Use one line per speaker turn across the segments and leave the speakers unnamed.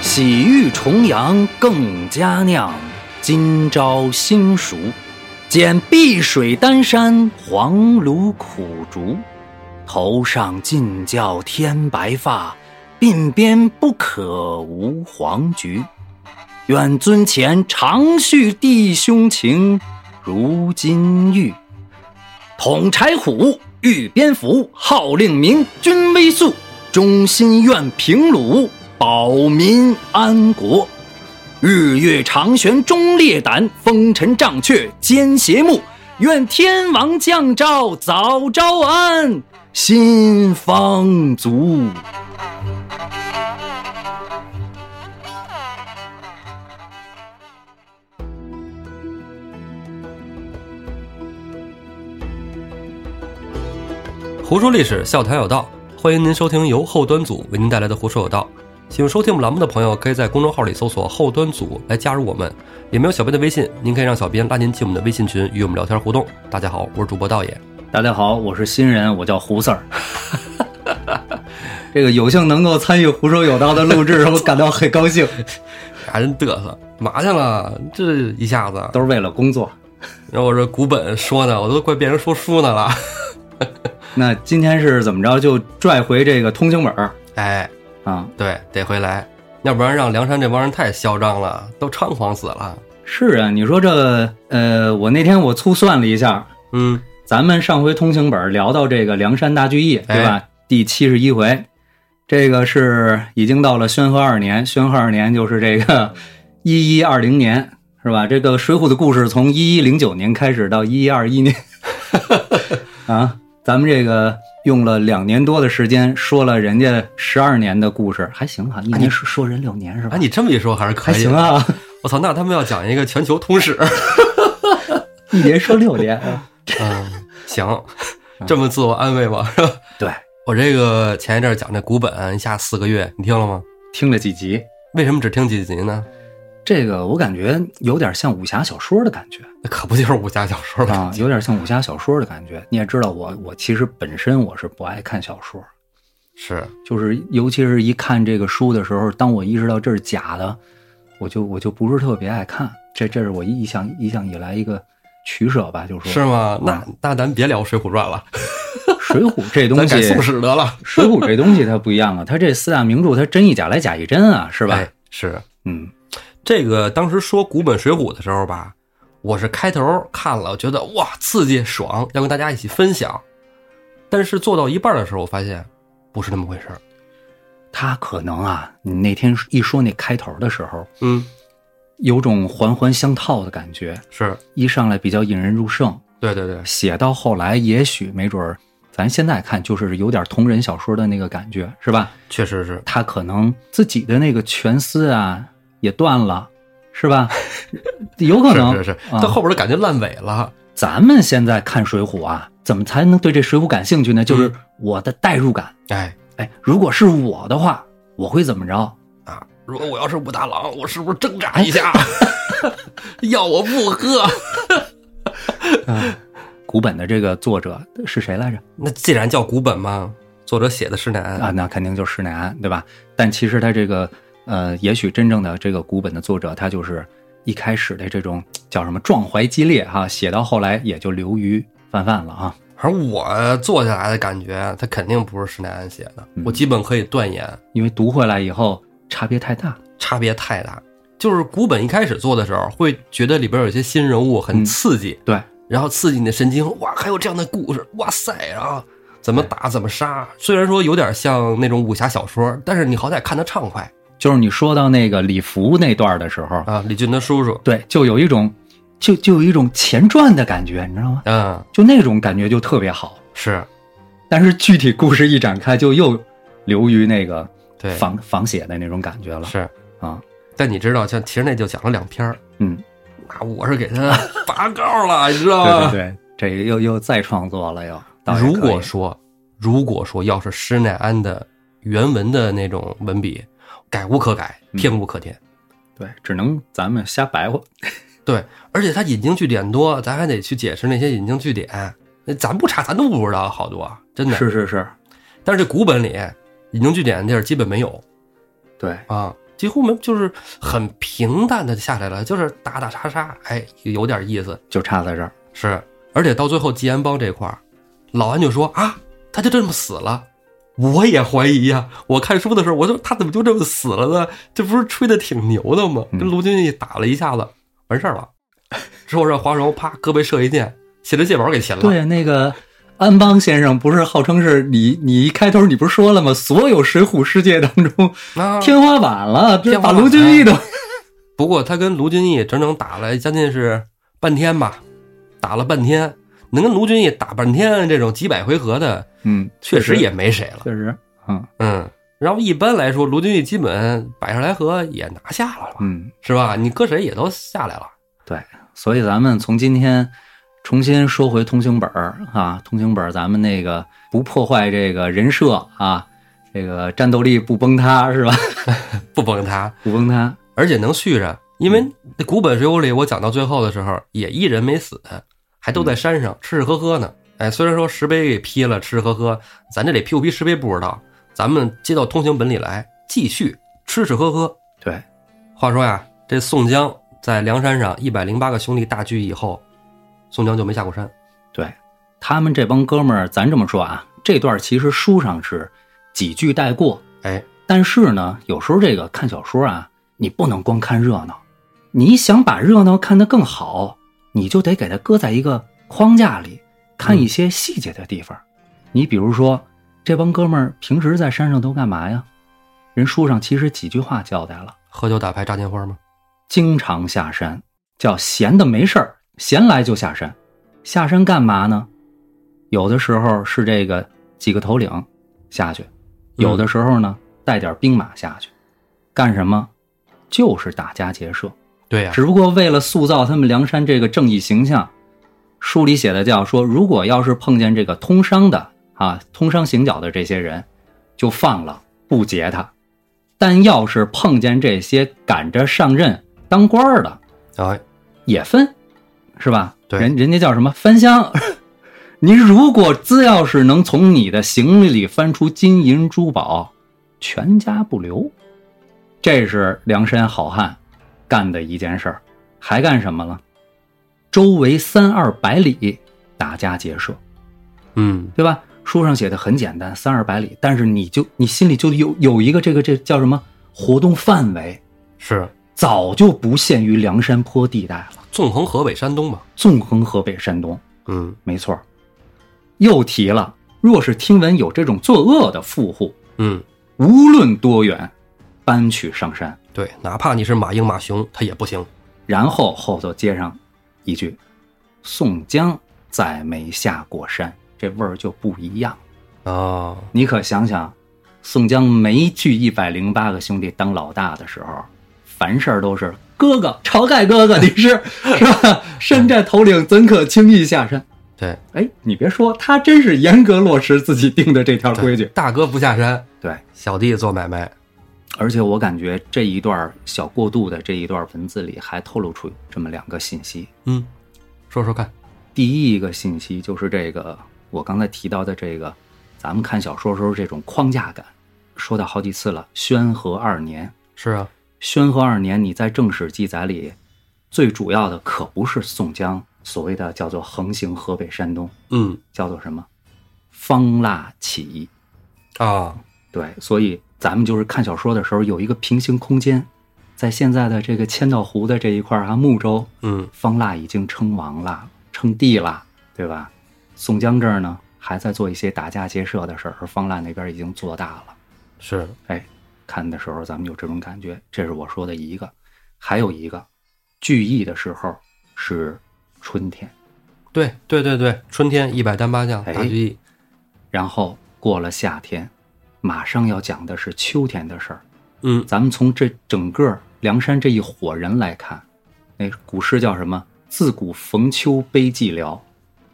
喜欲重阳更佳酿，今朝新熟。捡碧水丹山黄芦苦竹，头上尽教添白发，鬓边不可无黄菊。愿尊前常叙弟兄情，如今遇。统柴虎，御边蝠，号令明，君威肃，忠心愿平鲁，保民安国。日月长悬忠烈胆，风尘障却奸邪目。愿天王降诏早招安，心方足。
胡说历史，笑谈有道，欢迎您收听由后端组为您带来的《胡说有道》。喜欢收听我们栏目的朋友，可以在公众号里搜索“后端组”来加入我们，也没有小编的微信，您可以让小编拉您进我们的微信群与我们聊天互动。大家好，我是主播道爷。
大家好，我是新人，我叫胡四儿。这个有幸能够参与《胡说有道》的录制，我感到很高兴，
俩人嘚瑟，嘛去了？这一下子，
都是为了工作。
然后我这古本说呢，我都快变成说书呢了。
那今天是怎么着？就拽回这个通行本儿
哎，
啊？
对，得回来，要不然让梁山这帮人太嚣张了，都猖狂死了。
是啊，你说这呃，我那天我粗算了一下，
嗯，
咱们上回通行本儿聊到这个梁山大聚义，对吧？第七十一回，这个是已经到了宣和二年，宣和二年就是这个一一二零年，是吧？这个《水浒》的故事从一一零九年开始到一一二 一年，啊，咱们这个用了两年多的时间说了人家十二年的故事，还行哈、一年说说人六年是吧
啊，？你这么一说还是
还
可以。
行，啊，
我操，那他们要讲一个全球通史。
一年说六年，啊
嗯， 行，这么自我安慰吧。
对，
我这个前一阵儿讲这古本一下四个月，你听了吗？
听了几集，
为什么只听几集呢？
这个我感觉有点像武侠小说的 感觉。
那可不就是武侠小说吗？
啊，有点像武侠小说的感觉。你也知道我，我其实本身我是不爱看小说，
是，
就是尤其是一看这个书的时候，当我意识到这是假的，我就我就不是特别爱看。这这是我一向一向以来一个取舍吧，就是
是
说
吗？那那咱别聊《水浒传》了，
《水浒》这嗯东
咱
西，
改宋
《
史得了，
水浒》这东西它不一样啊，它这四大名著它真亦假来假亦真啊，是
是
吧？
哎是
嗯，
这个当时说古本《水浒》的时候吧，我是开头看了，觉得哇刺激爽，要跟大家一起分享。但是做到一半的时候，我发现不是那么回事儿。
它可能啊，你那天一说那开头的时候，
嗯，
有种环环相套的感觉，
是
一上来比较引人入胜。
对对对，
写到后来，也许没准儿，咱现在看就是有点同人小说的那个感觉，是吧？
确实是
他可能自己的那个全丝啊也断了，是吧？有可能
是是是，
啊
到后边儿感觉烂尾了。
咱们现在看《水浒》啊，怎么才能对这《水浒》感兴趣呢？就是
嗯
我的代入感。
哎
哎，如果是我的话，我会怎么着？
啊，如果我要是武大郎，我是不是挣扎一下？哎 要我不喝？
古本的这个作者是谁来着？
那既然叫古本嘛，作者写的是难
啊，那肯定就是施耐庵，对吧？但其实他这个，呃，也许真正的这个古本的作者，他就是一开始的这种叫什么壮怀激烈哈、写到后来也就流于泛泛了啊。
而我做下来的感觉，它肯定不是施耐庵写的，我基本可以断言，
因为读回来以后差别太大，
差别太大。就是古本一开始做的时候，会觉得里边有一些新人物很刺激，
对，
然后刺激你的神经，哇，还有这样的故事，哇塞，然后怎么打怎么杀。虽然说有点像那种武侠小说，但是你好歹看得畅快
就是你说到那个礼服那段的时候，
啊。李俊他叔叔，
对，就有一种，就就有一种前传的感觉，你知道吗？
嗯，
就那种感觉就特别好，
是
但是具体故事一展开，就又流于那个
对
仿仿写的那种感觉了
是。
啊，
但你知道，像其实那就讲了两篇儿，
嗯。
那我是 给他拔高了，你知道
对对
吗？
对，这个又又再创作了又。倒也可以
如果说，如果说要是施耐庵的原文的那种文笔，改无可改，
嗯
天无可天。
对，只能咱们瞎白话。
对，而且他引经据典多，咱还得去解释那些引经据典，那咱不查，咱都不知道好多，真的。
是是是，
但是这古本里引经据典的地儿基本没有
对，
啊，几乎没就是很平淡的下来了，就是打打杀杀，哎，有点意思
就差在这儿。
是。而且到最后吉安邦这块儿，老安就说啊，他就这么死了。我也怀疑呀、我看书的时候，我说他怎么就这么死了呢？这不是吹的挺牛的吗？跟卢俊义打了一下子，完事儿了。之后让华容啪胳膊射一箭，写着借宝给擒了。
对，那个安邦先生不是号称是你，你一开头你不是说了吗？所有水浒世界当中
啊，
天花板了，这
天
把
花板
卢俊义都
不过他跟卢俊义整整打了将近是半天吧，打了半天，能跟卢俊义打半天这种几百回合的，
嗯，
确实也没谁了。
确实，嗯
嗯，然后一般来说，卢俊义基本百十来合也拿下了吧，
嗯，
是吧？你搁谁也都下来了。
所以咱们从今天重新说回通行本儿啊，通行本儿咱们那个不破坏这个人设啊，这个战斗力不崩塌是吧？
不崩他，
不崩塌，
而且能续着，因为那古本水浒里，我讲到最后的时候，也一人没死，还都在山上吃吃喝喝呢。哎，虽然说石碑给劈了，吃吃喝喝，咱这里劈不劈石碑不知道，咱们接到通行本里来继续吃吃喝喝。
对，
话说呀，这宋江在梁山上一百零八个兄弟大聚以后，宋江就没下过山。
对他们这帮哥们儿，咱这么说啊，这段其实书上是几句带过，
哎，
但是呢，有时候这个看小说啊，你不能光看热闹，你想把热闹看得更好，你就得给它搁在一个框架里，看一些细节的地方。你比如说，这帮哥们儿平时在山上都干嘛呀？人书上其实几句话交代了，
喝酒打牌炸金花吗？
经常下山，叫闲的没事儿，闲来就下山。下山干嘛呢？有的时候是这个几个头领下去，有的时候呢带点兵马下去，干什么？就是打家劫舍。
对呀、
只不过为了塑造他们梁山这个正义形象，书里写的叫说，如果要是碰见这个通商的啊，通商行脚的这些人，就放了，不劫他；但要是碰见这些赶着上任当官儿的，
哎，
也分，是吧？
对
人人家叫什么翻箱。您如果只要是能从你的行李里翻出金银珠宝，全家不留。这是梁山好汉干的一件事儿，还干什么了？周围三二百里打家劫舍，
嗯，
对吧？书上写的很简单，三二百里，但是你就你心里就有有一个这个这叫什么活动范围，
是
早就不限于梁山坡地带了，
纵横河北山东嘛。
纵横河北山东。
嗯，
没错儿，又提了，若是听闻有这种作恶的富户，
嗯，
无论多远，搬去上山。
对，哪怕你是马英马雄，他也不行。
然后后头接上一句：“宋江再没下过山。”这味儿就不一样。
哦，
你可想想，宋江没聚一百零八个兄弟当老大的时候，凡事都是哥哥，晁盖哥哥，你是是吧？山寨头领怎可轻易下山？
对，
哎，你别说，他真是严格落实自己定的这条规矩。
大哥不下山，
对，
小弟做买卖。
而且我感觉这一段小过渡的这一段文字里还透露出这么两个信息。
嗯，说说看。
第一个信息就是这个我刚才提到的这个，咱们看小说时候这种框架感，说到好几次了。宣和二年，
是啊，
宣和二年，你在正史记载里，最主要的可不是宋江所谓的叫做横行河北山东，
嗯
叫做什么方腊起义。
啊，
对，所以咱们就是看小说的时候有一个平行空间，在现在的这个千岛湖的这一块儿啊，睦州
嗯
方腊已经称王了，称帝了，对吧？宋江这儿呢还在做一些打家劫舍的事儿，而方腊那边已经做大了。
是，
哎，看的时候咱们有这种感觉，这是我说的一个。还有一个，聚义的时候是春天，
对对对对，春天一百单八将
哎
大聚义。
然后过了夏天，马上要讲的是秋天的事儿。
嗯，
咱们从这整个梁山这一伙人来看，那古诗叫什么？自古逢秋悲寂寥，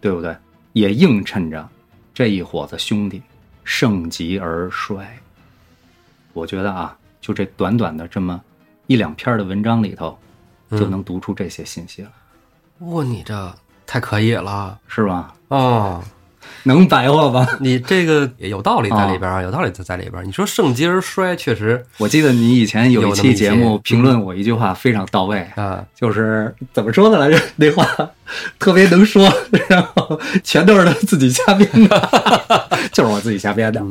对不对？也映衬着这一伙子兄弟盛极而衰。我觉得啊，就这短短的这么一两篇的文章里头，
嗯
就能读出这些信息了，
哇，你这太可以了
是吧？
啊！
能白话吧？
你这个也有道理在里边啊，有道理在在里边。你说盛极而衰，确实
我记得你以前有一
有那么
期
一些嗯
节目评论我一句话非常到位，
啊，
就是怎么说的来着？那话特别能说，然后全都是他自己瞎编的， 嗯就是我自己瞎编的。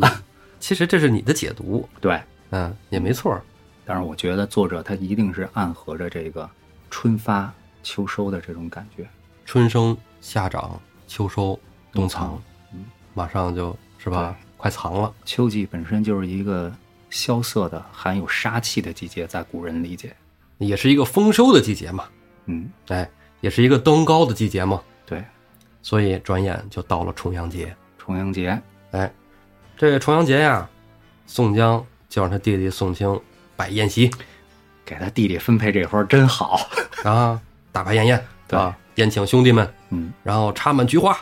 其实这是你的解读，
对，
嗯，也没错儿。
但是我觉得作者他一定是暗合着这个春发秋收的这种感觉。
春生夏长，秋收冬藏，
嗯
马上就是吧，快藏了。
秋季本身就是一个萧瑟的、含有杀气的季节，在古人理解，
也是一个丰收的季节嘛，
嗯，
哎，也是一个登高的季节嘛，
对，
所以转眼就到了重阳节。
重阳节，
哎，这重阳节呀，宋江就让他弟弟宋清摆宴席
给他弟弟分配这活儿真好。
啊，大摆宴宴
对
啊，宴请兄弟们，
嗯，
然后插满菊花，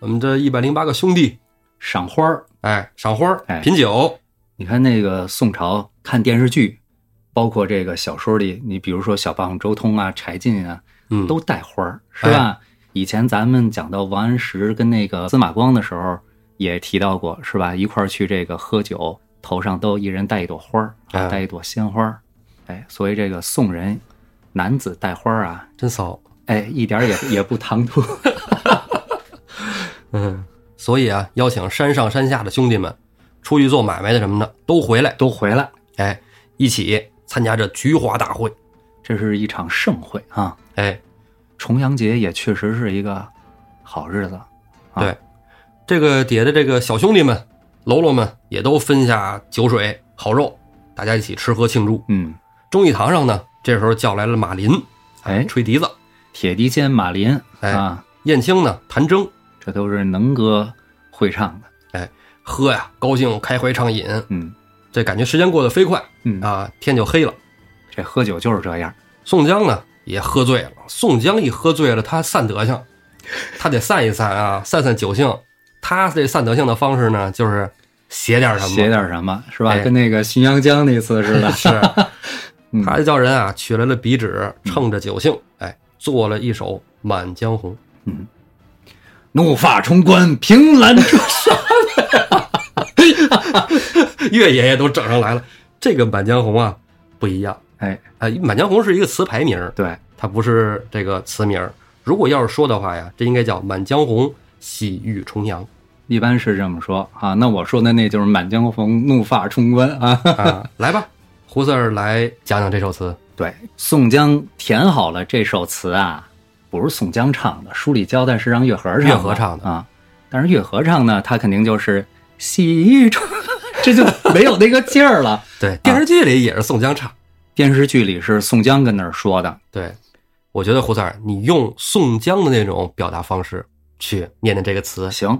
我们这一百零八个兄弟，
赏花儿，
哎，赏花儿
哎
品酒，
你看那个宋朝看电视剧，包括这个小说里，你比如说小霸王周通啊、柴进啊，
嗯，
都带花儿，是吧？以前咱们讲到王安石跟那个司马光的时候，也提到过，是吧？一块儿去这个喝酒，头上都一人带一朵花儿，
哎
啊，带一朵鲜花儿。哎，所以这个宋人男子带花儿啊，
真骚，
哎，一点儿也也不唐突。
嗯，所以啊，邀请山上山下的兄弟们，出去做买卖的什么的都回来，
都回来，
哎，一起参加这菊花大会，
这是一场盛会啊！
哎，
重阳节也确实是一个好日子。啊
对，这个底下的这个小兄弟们、喽啰们也都分下酒水、好肉，大家一起吃喝庆祝。
嗯，
忠义堂上呢，这时候叫来了马林，
哎
吹笛子；
铁笛仙马林、
哎
啊，
燕青呢，弹筝。
这都是能歌会唱的。
喝呀，高兴，开怀畅饮，
嗯
这感觉时间过得飞快
嗯，
啊，天就黑了。
这喝酒就是这样。
宋江呢也喝醉了，宋江一喝醉了，他散德性，他得散一散啊，散散酒性。他这散德性的方式呢，就是写点什么，
写点什么是吧？
哎。
跟那个巡阳江那次似的
是，
嗯
他就叫人啊取来了笔纸，趁着酒兴，哎，做了一首《满江红》。
怒发冲冠，凭栏处。
岳爷爷都整上来了。这个《满江红》啊不一样，
哎，
哎，《满江红》是一个词牌名儿，
对，
它不是这个词名儿。如果要是说的话呀，这应该叫《满江红》喜遇重阳
一般是这么说啊。那我说的那就是《满江红》，怒发冲冠 啊。
啊。来吧，胡四儿来讲讲这首词。
对，宋江填好了这首词啊，不是宋江唱的，书里交代是让月和唱的。
月和唱的
啊，但是月和唱呢，他肯定就是喜冲， 这就没有那个劲儿了。
对，电视剧里也是宋江唱。
电视剧里是宋江跟那儿说的，
对，我觉得胡四儿，你用宋江的那种表达方式去念念这个词，
行，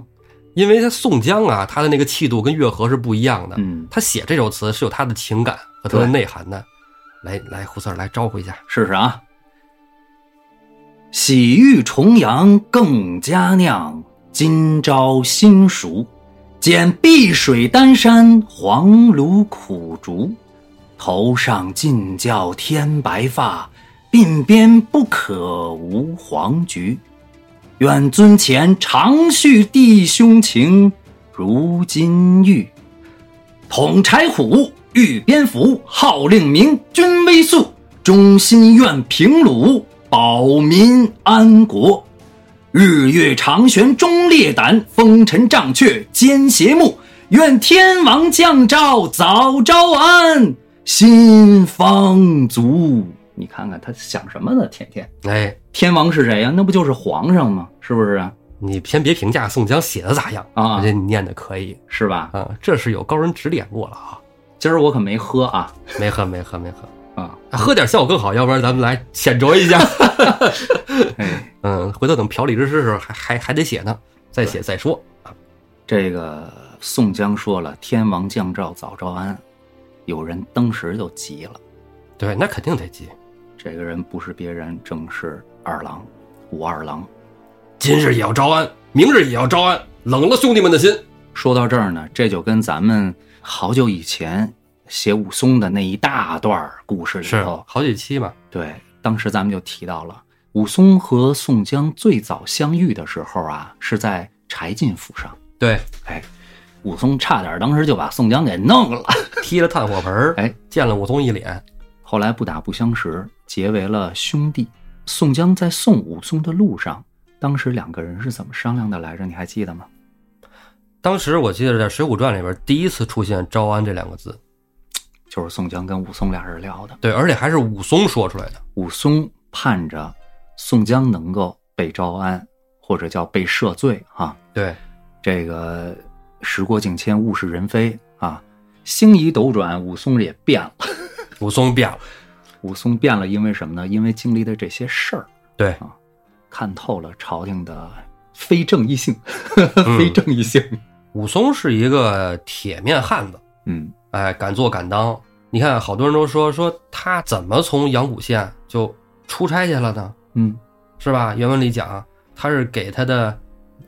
因为他宋江啊，他的那个气度跟月和是不一样的。
嗯，
他写这首词是有他的情感和他的
对
内涵的。来来，胡四儿来招呼一下。
试试啊。喜欲重阳更佳酿，今朝新熟。捡碧水丹山黄芦苦竹，头上尽教添白发，鬓边不可无黄菊。愿尊前常叙弟兄情，如今遇。统柴虎，御边蝠，号令明，君威肃，忠心愿平鲁，保民安国。日月长悬忠烈胆，风尘障却奸邪目。愿天王降诏早招安，心方足。你看看他想什么呢？天天
哎，
天王是谁呀、那不就是皇上吗？是不是啊？
你先别评价宋江写的咋样
啊
我觉得你念的可以
是吧？
啊，这是有高人指点过了啊。
今儿我可没喝啊
没喝，没喝，没喝，
啊！
啊喝点效果更好，要不然咱们来显着一下。
哎。
嗯，回头等嫖李之师的时候还还还得写呢，再写再说。
这个宋江说了：“天王降诏早招安。”有人当时就急了。
对，那肯定得急。
这个人不是别人，正是二郎武二郎。
今日也要招安，明日也要招安，冷了兄弟们的心。
说到这儿呢，这就跟咱们好久以前写武松的那一大段故事里
是
头，
哦好几期嘛，
对，当时咱们就提到了武松和宋江最早相遇的时候啊，是在柴进府上。
对，
哎，武松差点当时就把宋江给弄了。
踢了炭火盆儿，
哎，
溅了武松一脸。
后来不打不相识，结为了兄弟。宋江在送武松的路上，当时两个人是怎么商量的来着？你还记得吗？
当时我记得在《水浒传》里边第一次出现“招安”这两个字，
就是宋江跟武松俩人聊的。
对，而且还是武松说出来的。
武松盼着宋江能够被招安，或者叫被赦罪啊。
对，
这个时过境迁，物是人非啊，星移斗转，武松也变了。
武松变了。
武松变了，因为什么呢？因为经历了这些事儿，
对，
看透了朝廷的非正义性，
嗯
非正义性。
武松是一个铁面汉子，
嗯，
哎，敢做敢当。你看，好多人都说说他怎么从阳谷县就出差去了呢？
嗯，
是吧？原文里讲，他是给他的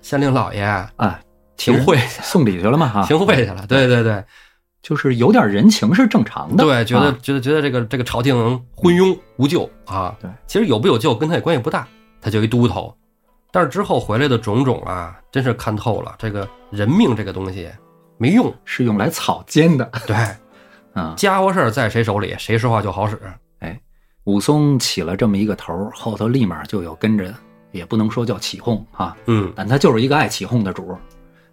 县令老爷
啊，
行贿，
送礼去啊了嘛哈，
行贿去了。对对对
就是有点人情是正常的。
对，觉得
啊
觉得觉得这个这个朝廷昏庸无救啊。
对，
其实有不有救跟他也关系不大，他就一都头。但是之后回来的种种啊，真是看透了，这个人命这个东西没 用。
是用来草菅 的
对，
啊。
家伙事儿在谁手里，谁说话就好使。
武松起了这么一个头儿，后头立马就有跟着，也不能说叫起哄啊，
嗯，
但他就是一个爱起哄的主儿，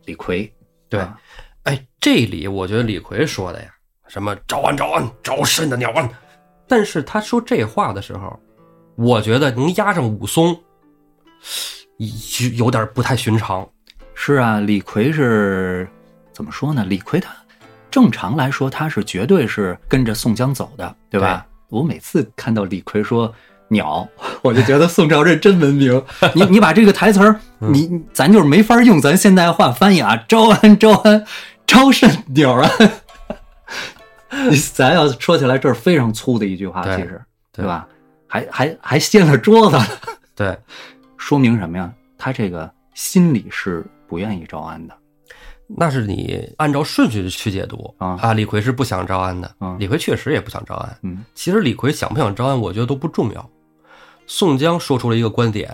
李逵。
对
啊。
哎，这里我觉得李逵说的呀，什么招安招安招甚的鸟安，但是他说这话的时候，我觉得能压上武松，有有点不太寻常。
是啊，李逵是怎么说呢？李逵他正常来说他是绝对是跟着宋江走的，对吧？我每次看到李逵说鸟， 我就觉得宋朝这真文明。你你把这个台词儿，
嗯
你咱就是没法用咱现代话翻译啊，招安招安，招甚鸟啊！你咱要说起来，这是非常粗的一句话，
对
其实
对
对吧？还还还掀了 桌子，
对，
说明什么呀？他这个心里是不愿意招安的。
那是你按照顺序去解读
啊
啊。李逵是不想招安的
啊，
李逵确实也不想招安。
嗯，
其实李逵想不想招安，我觉得都不重要。宋江说出了一个观点，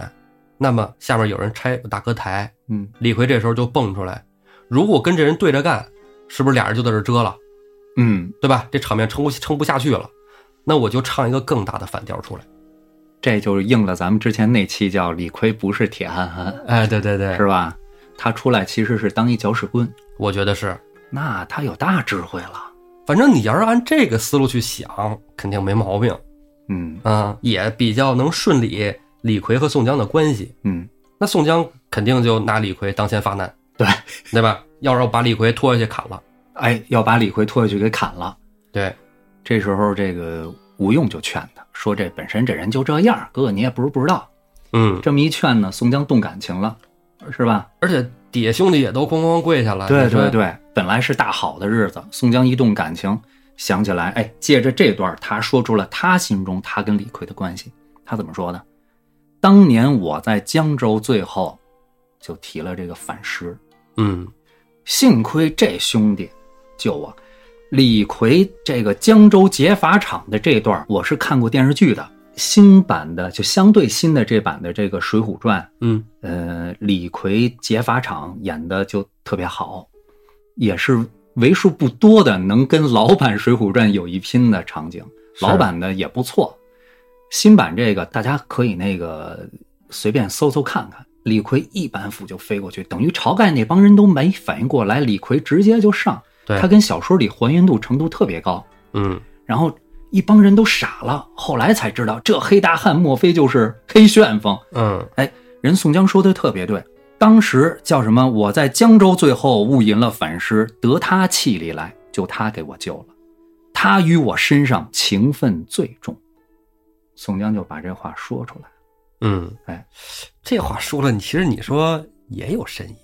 那么下面有人拆大哥台，
嗯
李逵这时候就蹦出来，如果跟这人对着干，是不是俩人就在这儿遮了，
嗯，
对吧？这场面撑不撑不下去了，那我就唱一个更大的反调出来。
这就是应了咱们之前那期叫李逵不是铁憨憨，
哎，对对对
是吧？他出来其实是当一搅屎棍，
我觉得是，
那他有大智慧了。
反正你要是按这个思路去想，肯定没毛病
嗯
啊，也比较能顺理李逵和宋江的关系。
嗯，
那宋江肯定就拿李逵当先发难，
对，
对吧？要是把李逵拖下去砍了，
哎，要把李逵拖下去给砍了。
对，
这时候，这个吴用就劝他说：“这本身这人就这样，哥你也不是不知道。”
嗯，
这么一劝呢，宋江动感情了，是吧？
而且底下兄弟也都哐哐跪下了，
对
你说
对，对，本来是大好的日子，宋江一动感情，想起来，哎，借着这段，他说出了他心中他跟李逵的关系。他怎么说的？当年我在江州，最后就提了这个反诗，
嗯，
幸亏这兄弟救我。李逵这个江州劫法场的这段，我是看过电视剧的，新版的就相对新的这版的这个《水浒传》，
嗯，
呃，李逵劫法场演的就特别好，也是为数不多的能跟老版《水浒传》有一拼的场景。
是
老版的也不错，新版这个大家可以那个随便搜搜看看。李逵一板斧就飞过去，等于晁盖那帮人都没反应过来，李逵直接就上。
对，
他跟小说里还原度程度特别高，
嗯。
然后一帮人都傻了，后来才知道这黑大汉莫非就是黑旋风。
嗯，
人宋江说的特别对，当时叫什么？我在江州最后误饮了反诗，得他气力来，就他给我救了。他于我身上情分最重。宋江就把这话说出来。
嗯，
哎，
这话说了，你其实你说也有深意。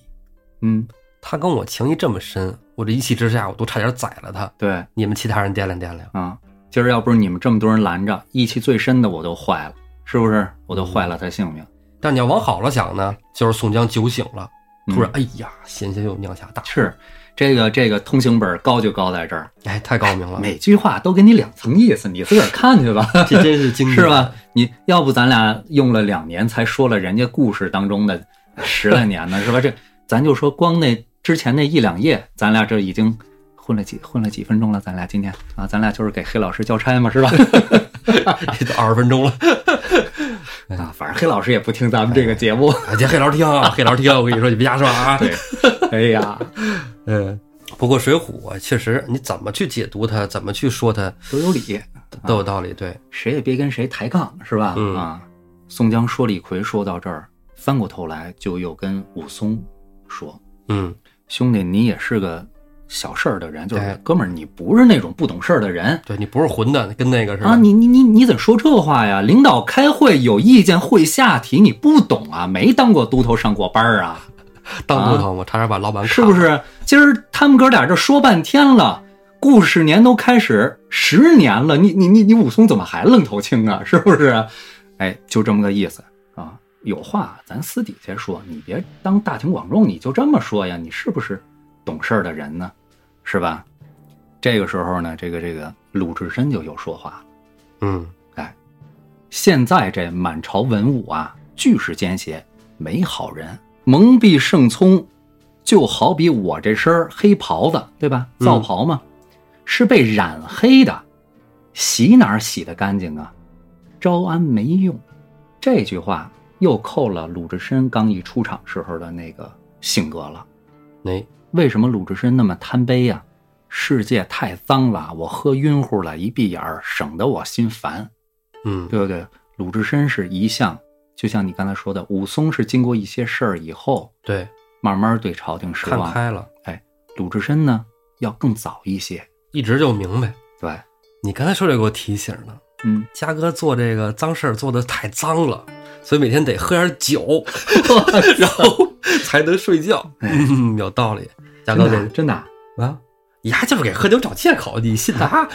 嗯，
他跟我情谊这么深，我这一气之下，我都差点宰了他。
对
你们其他人掂量掂量，
啊，今儿要不是你们这么多人拦着，义气最深的我都坏了，是不是？我都坏了他性命。
但你要往好了想呢，就是宋江酒醒了，
嗯
突然，哎呀，险些又酿下大
是，这个这个通行本高就高在这儿，
哎，太高明了，
每句话都给你两层意思，你自个儿看去吧。
这真是经典，
是吧？？你 要不咱俩用了两年才说了人家故事当中的十来年呢，是吧？这咱就说光那之前那一两页，咱俩这已经混了几混了几分钟了。咱俩今天啊，咱俩就是给黑老师交差嘛，是 吧？
这都二十分钟了，
啊，反正黑老师也不听咱们这个节 目。
哎这黑聊听啊，黑聊听，我跟你说，你别瞎说 啊。
对，哎呀，
嗯，不过《水浒》啊，确实你怎么去解读它，怎么去说它
都有理，
都有道理。对，
谁也别跟谁抬杠，是吧？
嗯
啊，宋江说李逵说到这儿，翻过头来就又跟武松说
嗯，：“
兄弟，你也是个小事儿的人，就是
对
哥们儿，你不是那种不懂事儿的人。”
对你不是混的，跟那个似的
啊，你你你你怎么说这话呀？领导开会有意见会下题，你不懂啊？没当过都头上过班儿啊？
当不头我差点把老板砍
是不
了？
是？今儿他们哥俩这说半天了，故事年都开始十年了，你你你你武松怎么还愣头青啊？是不是？哎，就这么个意思啊。有话咱私底下说，你别当大庭广众，你就这么说呀？你是不是懂事儿的人呢？是吧？这个时候呢，这个这个鲁智深就又说话了。
嗯，
哎，现在这满朝文武啊，俱是奸邪，没好人，蒙蔽圣聪，就好比我这身黑袍子，对吧？
嗯
皂袍嘛，是被染黑的，洗哪儿洗得干净啊？招安没用。这句话又扣了鲁智深刚一出场时候的那个性格了。
哎，
为什么鲁智深那么贪杯呀、世界太脏了，我喝晕乎了，一闭眼儿，省得我心烦。
嗯，
对不对？鲁智深是一向，就像你刚才说的，武松是经过一些事儿以后，
对，
慢慢对朝廷失
看
望。
开了，
鲁智深呢，要更早一些。
一直就明白。
对，
你刚才说这给我提醒了，
嗯，
嘉哥做这个脏事儿做的太脏了，所以每天得喝点 酒，
嗯
然后才能睡觉。嗯，有道理。嘉
哎真
哥
的啊
这
真的啊，
啊，你丫就是给喝酒找借口，你信他？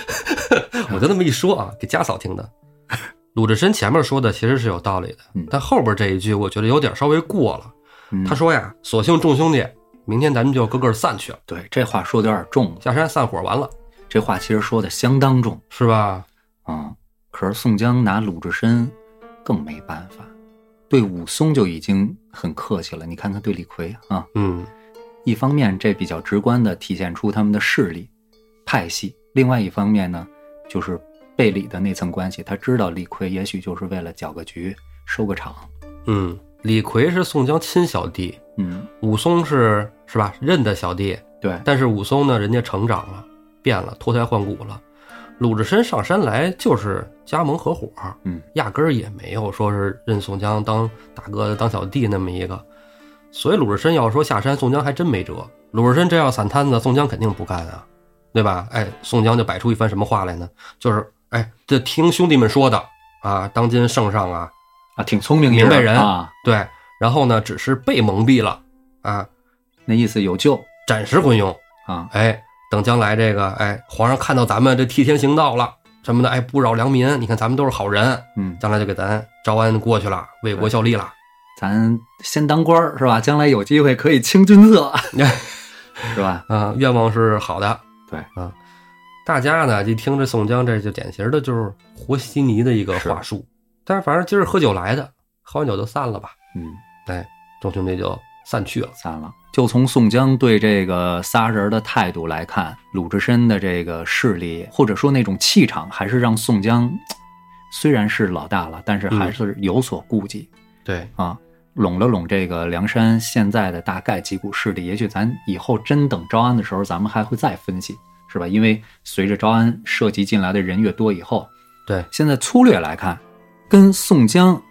我就那么一说啊，给家嫂听的。鲁智深前面说的其实是有道理的
嗯，
但后边这一句我觉得有点稍微过了。
嗯
他说呀：“索性众兄弟，明天咱们就各个散去了，
对这话说的有点重，
下山散伙完了，
这话其实说的相当重
是吧？
啊、可是宋江拿鲁智深更没办法，对武松就已经很客气了。你看他对李逵啊，
嗯，
一方面这比较直观地体现出他们的势力、派系；另外一方面呢，就是背里的那层关系，他知道李逵也许就是为了搅个局、收个场。
嗯，李逵是宋江亲小弟，
嗯，
武松是是吧认的小弟，
对，
但是武松呢，人家成长了，变了，脱胎换骨了。鲁智深上山来就是加盟合伙，
嗯，
压根儿也没有说是认宋江当大哥当小弟那么一个，所以鲁智深要说下山，宋江还真没辙。鲁智深这要散摊子，宋江肯定不干啊，对吧？哎，宋江就摆出一番什么话来呢？就是哎，这听兄弟们说的啊，当今圣上啊，
啊，挺聪明一
明白人
啊，
对，然后呢，只是被蒙蔽了啊，
那意思有救
暂时昏庸，
啊。
哎，等将来这个，哎，皇上看到咱们这替天行道了什么的，哎，不扰良民，你看咱们都是好人，
嗯，
将来就给咱招安过去了，为国效力了。
咱先当官儿是吧？将来有机会可以清君 侧是吧？
啊，愿望是好的。
对
啊，大家呢就听着宋江这就典型的就是和稀泥的一个话术，但是反正今儿喝酒来的，喝完酒就散了吧，
嗯，
众兄弟就散去了。
散了。就从宋江对这个仨人的态度来看，鲁智深的这个势力或者说那种气场，还是让宋江嘖虽然是老大了，但是还是有所顾忌、
对，
啊。拢了拢这个梁山现在的大概几股势力，也许咱以后真等招安的时候，咱们还会再分析，是吧？因为随着招安涉及进来的人越多以后，
对，
现在粗略来看，跟宋江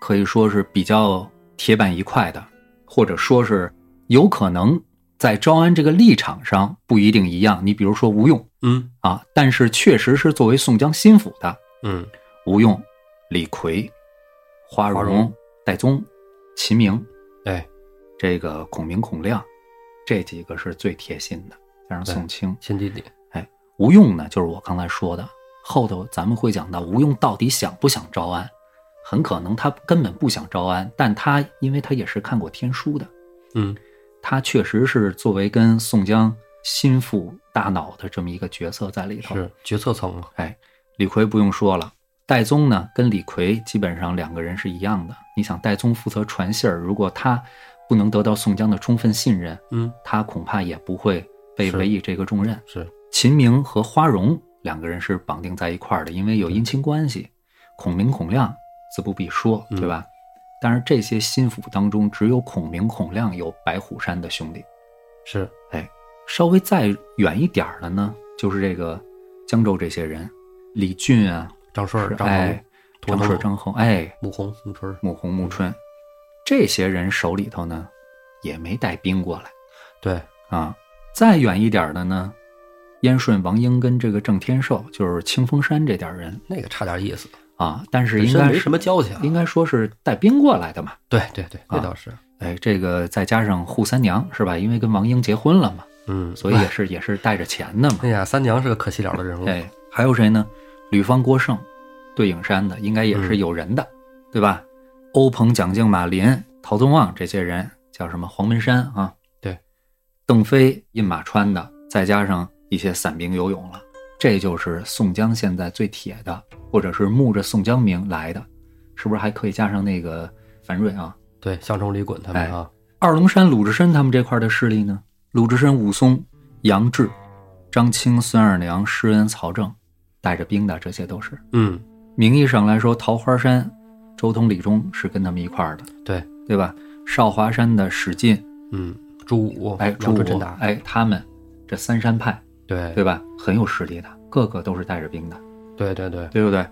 可以说是比较铁板一块的，或者说是有可能在招安这个立场上不一定一样。你比如说吴用
嗯
啊，但是确实是作为宋江心腹的
嗯，
吴用、李逵、花
花
荣
荣、
戴宗、秦明、
哎，
这个孔明、孔亮，这几个是最贴心的，加上
对
宋清。
亲弟弟，
吴用呢，就是我刚才说的，后头咱们会讲到吴用到底想不想招安，很可能他根本不想招安，但他因为他也是看过天书的，
嗯
他确实是作为跟宋江心腹大脑的这么一个角色在里头。
是决策层嘛，
哎，李逵不用说了，戴宗呢跟李逵基本上两个人是一样的。你想，戴宗负责传信儿，如果他不能得到宋江的充分信任，
嗯，
他恐怕也不会被
是
委以这个重任。
是
秦明和花荣两个人是绑定在一块儿的，因为有姻亲关系。孔明、孔亮自不必说，
嗯
对吧？但是这些心腹当中，只有孔明、孔亮有白虎山的兄弟。
是，
稍微再远一点儿的呢，就是这个江州这些人，李俊啊，
张顺儿、张
哎张
衡、，屠
顺、
龙
张衡，哎，
穆弘、穆春儿，
穆弘、穆春，这些人手里头呢，也没带兵过来。
对，
啊，再远一点的呢，燕顺、王英跟这个郑天寿，就是清风山这点人
那个差点意思，
啊，但是
本
应
身
该
没
是
什么交情啊。
应该说是带兵过来的嘛。
对对对，那
啊
倒是，
哎，这个再加上扈三娘是吧？因为跟王英结婚了嘛，
嗯，
所以也是也是带着钱的嘛。
哎呀，三娘是个可惜了的人物，
哎，还有谁呢？吕方、郭盛，对影山的，应该也是有人的，对吧？欧鹏、蒋敬、马林、陶宗旺这些人叫什么？黄门山啊，
对，
邓飞、印马川的，再加上一些散兵游勇了，这就是宋江现在最铁的，或者是慕着宋江名来的，是不是还可以加上那个樊瑞啊？
对，相冲、李衮他
哎
们啊，
二龙山鲁智深他们这块的势力呢？鲁智深、武松、杨志、张青、孙二娘、施恩、曹正，带着兵的，这些都是。
嗯，
名义上来说，桃花山周通、李忠是跟他们一块儿的，
对，
对吧？少华山的史进，
嗯，朱武，
哎，朱
杨
武
春、真达，
哎，他们这三山派，
对
对吧？很有实力的，个个都是带着兵的，
对对对，
对不对？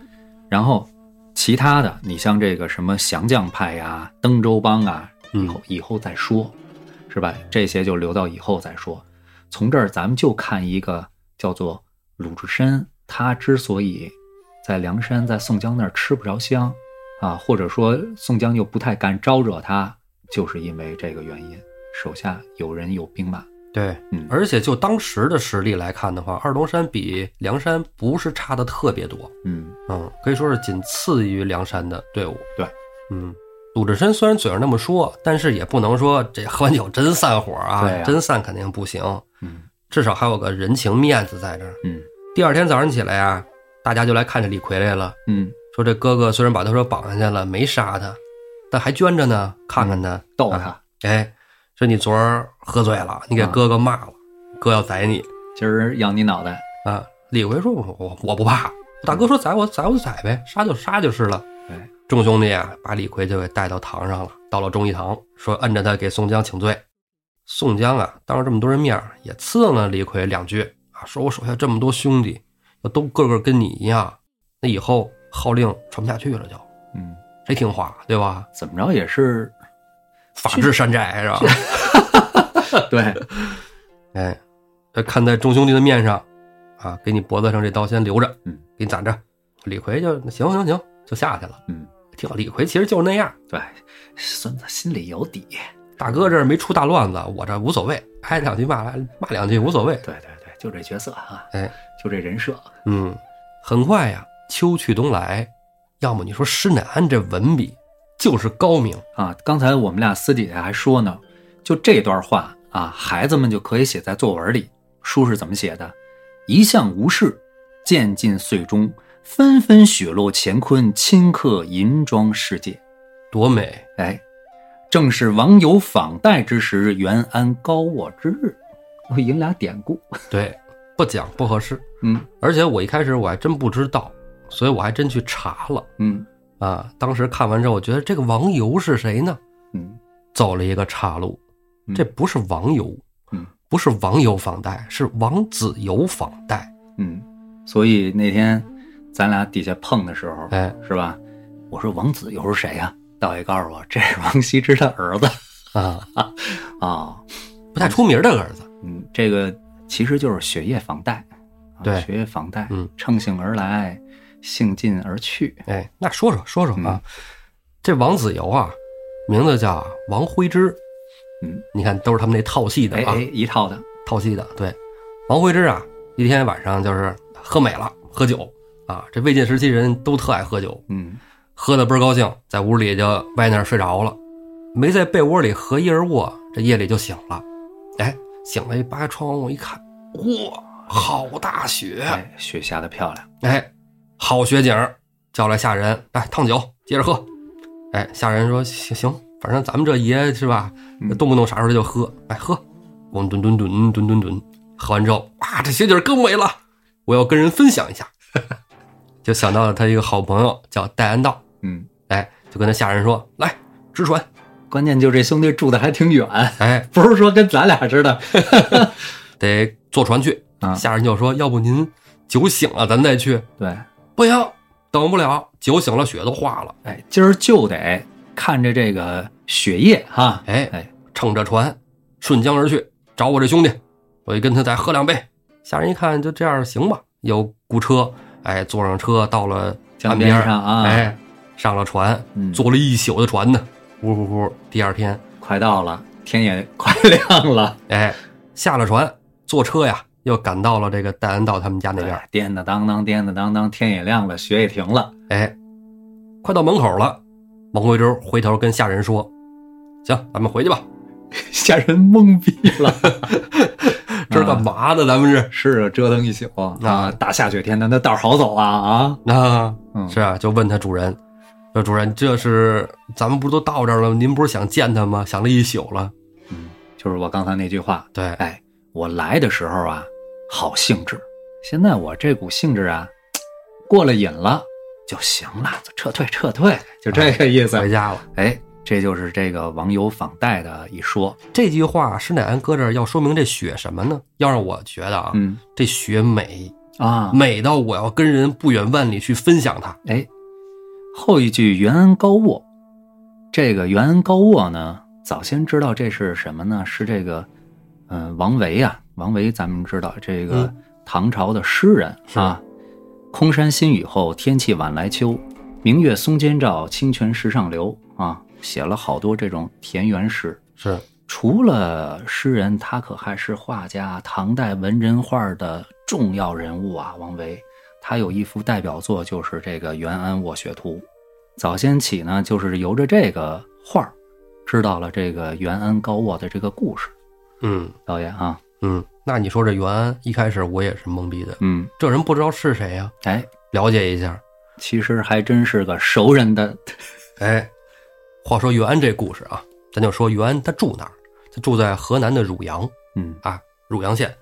然后其他的，你像这个什么降将派呀、登州帮啊，以后以后再说，是吧？这些就留到以后再说。从这儿咱们就看一个叫做鲁智深，他之所以在梁山在宋江那儿吃不着香啊，或者说宋江又不太敢招惹他，就是因为这个原因，手下有人有兵马。
对，
嗯
而且就当时的实力来看的话，二龙山比梁山不是差的特别多，
嗯，
嗯，可以说是仅次于梁山的队伍。
对，
嗯，鲁智深虽然嘴上那么说，但是也不能说这喝完酒真散伙啊，
对啊
真散肯定不行，
嗯
至少还有个人情面子在这儿。
嗯
第二天早上起来啊，大家就来看这李逵来了，
嗯，
说这哥哥虽然把他说绑下去了，没杀他，但还捐着呢，看看他，
逗他，
哎，说你昨儿喝醉了，你给
啊
哥哥骂了，哥要宰你。
今儿咬你脑袋。
啊，李逵说：“我我我不怕，大哥说宰我宰我就宰呗，杀就杀就是了。
哎，”
众兄弟啊，把李逵就给带到堂上了，到了忠义堂，说摁着他给宋江请罪。宋江啊，当着这么多人面儿也刺了李逵两句啊，说我手下这么多兄弟，都个个跟你一样，那以后号令传不下去了就，
嗯，
谁听话对吧？
怎么着也 是
法治山寨是吧？
对，
哎，这看在众兄弟的面上，啊，给你脖子上这刀先留着，
嗯，
给你攒着。李逵就行行行，就下去了。
嗯，
挺好。李逵其实就是那样，
对，孙子心里有底。
大哥这儿没出大乱子，我这无所谓，挨两句骂骂两句无所谓。
对对对，就这角色啊，
哎，
就这人设。
嗯，很快呀，秋去冬来，要么你说施耐庵这文笔就是高明，
啊，刚才我们俩私底下还说呢，就这段话啊，孩子们就可以写在作文里。书是怎么写的？一向无事，渐进岁中，纷纷雪落乾坤，顷刻银装世界。
多美。
哎，正是王友访戴之时，元安高卧之日。我引俩典故。
对，不讲不合适。
嗯
而且我一开始我还真不知道，所以我还真去查了
嗯
啊。当时看完之后，我觉得这个王游是谁呢？
嗯，
走了一个岔路，
嗯
这不是王游，
嗯
不是王游房贷，是王子游房贷。
嗯，所以那天咱俩底下碰的时候，
哎
是吧？我说王子又是谁呀、道爷告诉我，这是王羲之的儿子
啊，
啊、
不太出名的儿子，
嗯，这个其实就是雪夜访戴，啊
对
雪夜访戴，
嗯，
乘兴而来，兴尽而去，
哎，那说说说说啊，
嗯
这王子游啊，名字叫王徽之，
嗯，
你看都是他们那套系的
哎
啊，
哎，一套的，
套系的。对，王徽之啊，一天晚上就是喝美了，喝酒啊，这魏晋时期人都特爱喝酒，
嗯
喝的倍儿高兴，在屋里就歪那儿睡着了，没在被窝里合衣而卧，这夜里就醒了。哎，醒了，一扒开窗户一看，哇，好大雪！啊
哎，雪下的漂亮，
哎，好雪景儿，叫来下人，来烫酒，接着喝。哎，下人说行行，反正咱们这爷是吧
嗯，
动不动啥时候就喝，哎喝，咣吨吨吨吨吨吨，喝完之后，哇，这鞋底儿更美了，我要跟人分享 一下，就想到了他一个好朋友叫戴安道，
嗯，
哎，就跟他下人说，来支船，
关键就这兄弟住的还挺远，
哎，
不是说跟咱俩似的。
得坐船去
啊。
下人就说，要不您酒醒了咱再去，
对，
不行，等不了，酒醒了雪都化了，
哎，今儿就得看着这个雪夜哈。
哎
哎，
乘着船顺江而去，找我这兄弟，我就跟他再喝两杯。下人一看，就这样行吧，有雇车，哎，坐上车到了
江
岸边儿
边上啊
哎，上了船，
嗯
坐了一宿的船呢，呼呼呼。第二天，
快到了，天也快 亮了。
哎，下了船，坐车呀，又赶到了这个戴安道他们家那边儿，
哎颠的当当，颠的当当，天也亮了，雪也停了。
哎，快到门口了，王贵洲回头跟下人说：“行，咱们回去吧，
吓人懵逼了，啊
这是干嘛呢？咱们是
是啊，折腾一宿啊
啊，
大下雪天的，那道儿好走啊啊！
啊。”
嗯，
是啊，就问他主人，说主人，这是咱们不是都到这儿了吗？您不是想见他吗？想了一宿了。
嗯就是我刚才那句话，
对，
哎，我来的时候啊，好兴致，现在我这股兴致啊，过了瘾了就行了，就撤退撤退，就这个意思。
回家了。
哎，这就是这个网友访戴的一说。
这句话施耐庵搁这儿要说明这雪什么呢？要让我觉得啊，
嗯
这雪美，
啊，
美到我要跟人不远万里去分享它。
哎，后一句袁安高卧，这个袁安高卧呢，早先知道这是什么呢？是这个，嗯、王维啊，王维咱们知道这个
嗯
唐朝的诗人、
是
啊。空山新雨后，天气晚来秋。明月松间照，清泉石上流啊，写了好多这种田园诗。
是，
除了诗人，他可还是画家，唐代文人画的重要人物啊。王维，他有一幅代表作就是这个《元安卧雪图》。早先起呢，就是由着这个画儿，知道了这个元安高卧的这个故事。
嗯
导演啊，
嗯。那你说这袁安一开始我也是懵逼的，
嗯，
这人不知道是谁呀、啊
哎，
了解一下。
其实还真是个熟人的，
哎，话说袁安这故事啊，咱就说袁安他住哪儿？他住在河南的汝阳。
嗯
啊，汝阳县。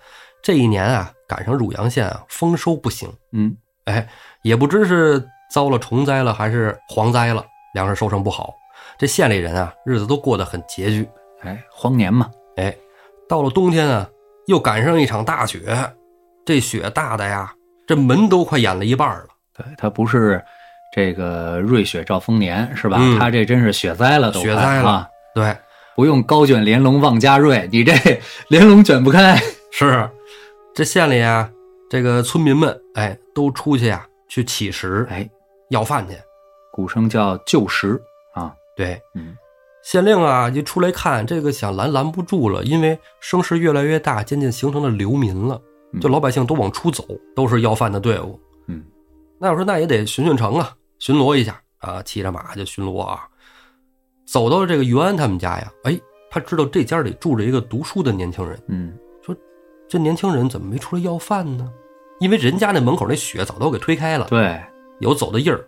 这一年啊，赶上汝阳县啊丰收不行，
嗯，
哎，也不知是遭了虫灾了还是蝗灾了，粮食收成不好。这县里人啊，日子都过得很拮据。
哎，荒年嘛，
哎，到了冬天啊，又赶上一场大雪，这雪大的呀，这门都快掩了一半了。
对他不是这个瑞雪兆丰年是吧？
嗯
他这真是雪灾了都快，
雪灾了
啊
对，
不用高卷帘笼望家瑞，你这帘笼卷不开。
是啊这县里啊，这个村民们哎，都出去啊去乞食，
哎，
要饭去。
古称叫旧时啊，
对，
嗯，
县令啊，一出来看这个，想拦拦不住了，因为声势越来越大，渐渐形成了流民了
嗯。
就老百姓都往出走，都是要饭的队伍。
嗯，
那我说那也得巡巡城啊，巡逻一下啊，骑着马就巡逻啊。走到这个袁安他们家呀，哎，他知道这家里住着一个读书的年轻人。
嗯，
这年轻人怎么没出来要饭呢？因为人家那门口那雪早都给推开了，
对，
有走的印儿。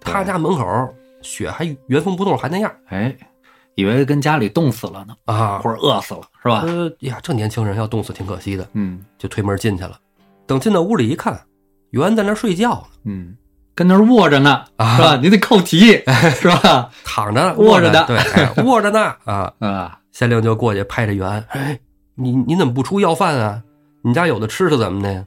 对
他家门口雪还原封不动，还那样
哎，以为跟家里冻死了呢，
啊。
或者饿死了是吧？
呃呀，这年轻人要冻死挺可惜的。
嗯
就推门进去了。等进到屋里一看，袁安在那儿睡觉呢，
嗯，跟那儿卧着呢，
啊
是吧？你得扣 题是吧？
躺着
卧着
着
呢
对，哎卧着呢啊。
啊，
县令就过去拍着袁安，哎，你你怎么不出要饭啊？你家有的吃是怎么的呀？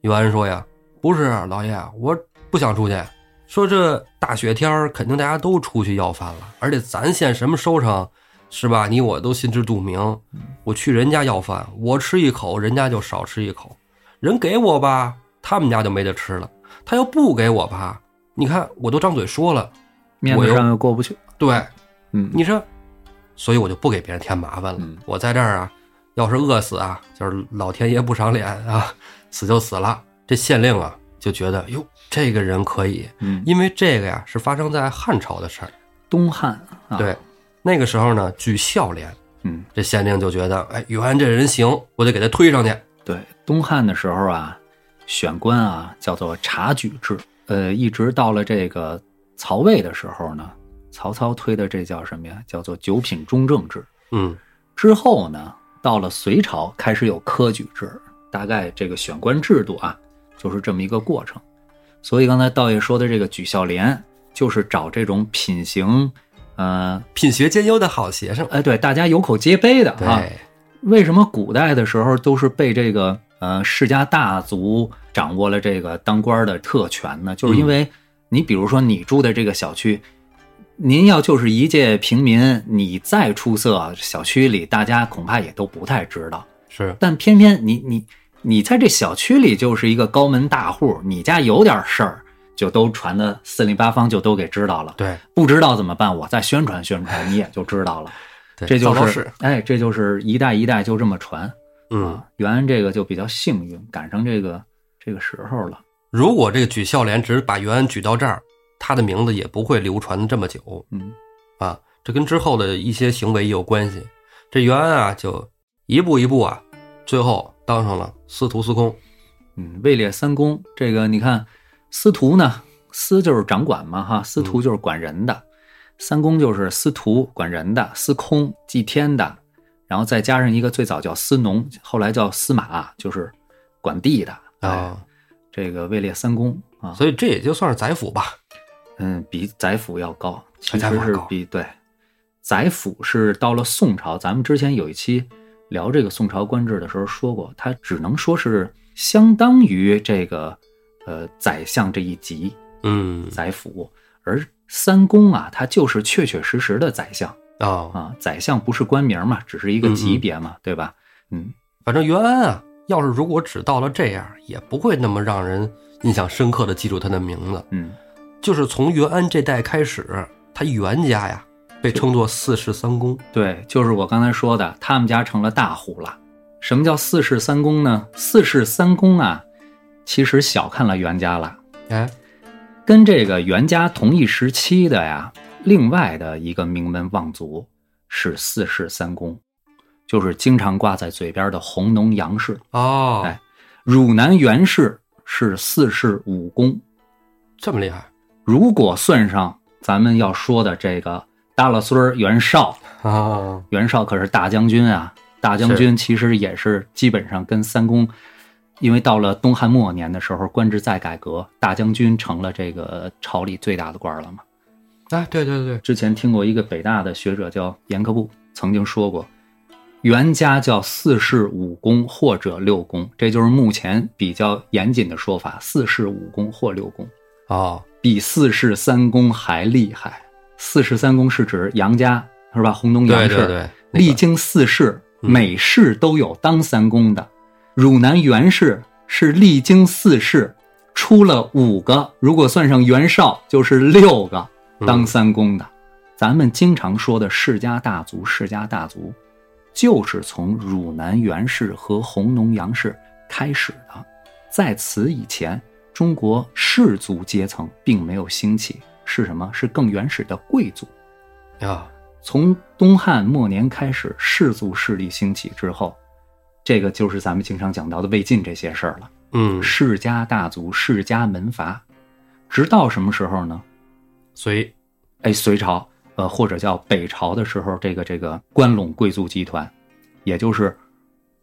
袁安说呀，不是啊老爷，我不想出去。说这大雪天儿，肯定大家都出去要饭了，而且咱县什么收成，是吧？你我都心知肚明。我去人家要饭，我吃一口，人家就少吃一口；人给我吧，他们家就没得吃了；他要不给我吧，你看我都张嘴说了，
面子上又过不去，
对，
嗯，
你说，所以我就不给别人添麻烦了。
嗯
我在这儿啊，要是饿死啊，就是老天爷不赏脸啊，死就死了。这县令啊就觉得，哟，这个人可以，
嗯，
因为这个呀是发生在汉朝的事儿。
东汉啊，
对，，那个时候呢，据孝廉，
嗯，
这县令就觉得，哎，袁安这人行，我得给他推上去。
对，东汉的时候啊，选官啊叫做察举制，呃，一直到了这个曹魏的时候呢，曹操推的这叫什么呀？叫做九品中正制。
嗯
之后呢，到了隋朝开始有科举制，大概这个选官制度啊，就是这么一个过程。所以刚才道爷说的这个举孝廉，就是找这种品行，呃，
品学兼优的好学 生。
哎，对，大家有口皆碑的
对，
啊。为什么古代的时候都是被这个呃世家大族掌握了这个当官的特权呢？就是因为你比如说你住的这个小区，您要就是一介平民，你再出色，小区里大家恐怕也都不太知道。
是
但偏偏你你你在这小区里就是一个高门大户，你家有点事儿就都传的四邻八方就都给知道了。
对
不知道怎么办，我再宣传宣传，你也就知道了。
对，
这就是
造谣是
哎，这就是一代一代就这么传。
嗯。
啊，袁安这个就比较幸运，赶上这个这个时候了。
如果这个举孝廉只是把袁安举到这儿，他的名字也不会流传这么久
嗯，
啊。这跟之后的一些行为也有关系。这袁安啊，就一步一步啊，最后当上了司徒司空。
嗯，位列三公，这个你看，司徒呢，司就是掌管嘛，哈，司徒就是管人的，三公就是司徒管人的，司空祭天的，然后再加上一个最早叫司农，后来叫司马，就是管地的哎
啊，
这个位列三公啊，
所以这也就算是宰辅吧。
嗯，比宰辅要高，其
比宰辅
实
还
是
高
比对，宰辅是到了宋朝，咱们之前有一期聊这个宋朝官制的时候说过，它只能说是相当于这个呃宰相这一级
嗯
宰辅，而三公啊，他就是确确实实的宰相
啊，
啊，宰相不是官名嘛，只是一
嗯
个
嗯
级别嘛，对吧？嗯，
反正袁安啊，要是如果只到了这样，也不会那么让人印象深刻的记住他的名字。
嗯，
就是从袁安这代开始，他袁家呀被称作四世三公。
对，就是我刚才说的，他们家成了大户了。什么叫四世三公呢？四世三公啊，其实小看了袁家了。
哎，
跟这个袁家同一时期的呀，另外的一个名门望族是四世三公，就是经常挂在嘴边的弘农杨氏。
哦，
哎汝南袁氏是四世五公，
这么厉害
如果算上咱们要说的这个大老孙儿袁绍，
啊！
袁绍可是大将军啊，大将军其实也是基本上跟三公，因为到了东汉末年的时候，官制再改革，大将军成了这个朝里最大的官了嘛。
哎，对对对，
之前听过一个北大的学者叫严克布，曾经说过，袁家叫四世五公或者六公，这就是目前比较严谨的说法，四世五公或六公，
哦，
比四世三公还厉害。四世三公是指杨家是吧？洪东杨
对
氏，
对对，那
历
个
经四世，
嗯
每世都有当三公的。汝南袁氏是历经四世，出了五个，如果算上袁绍，就是六个
嗯
当三公的。咱们经常说的世家大族，世家大族，就是从汝南袁氏和弘农杨氏开始的。在此以前，中国氏族阶层并没有兴起，是什么？是更原始的贵族。
啊，
从东汉末年开始，氏族势力兴起之后，这个就是咱们经常讲到的魏晋这些事儿了。
嗯，
世家大族、世家门阀，直到什么时候呢？
所以
哎，隋朝，呃，或者叫北朝的时候，这个这个关陇贵族集团，也就是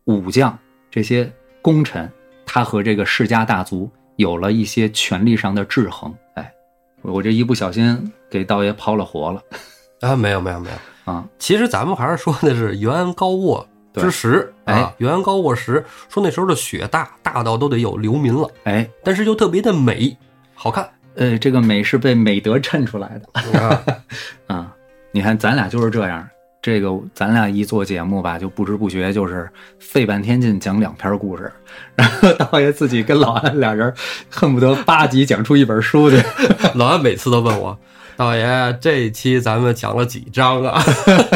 武将这些功臣，他和这个世家大族有了一些权力上的制衡。哎，我我这一不小心给道爷抛了活了
啊，没有没有没有，
啊！
其实咱们还是说的是袁安高卧之时
对
啊
哎，
袁安高卧时说那时候的雪大，大到都得有流民了，
哎，
但是又特别的美，好看
呃，这个美是被美德衬出来的
啊，
啊、你看，咱俩就是这样。这个咱俩一做节目吧，就不知不觉就是费半天劲讲两篇故事， 然后道爷自己跟老安俩人恨不得八集讲出一本书去。
老安每次都问我。道爷，这一期咱们讲了几章啊？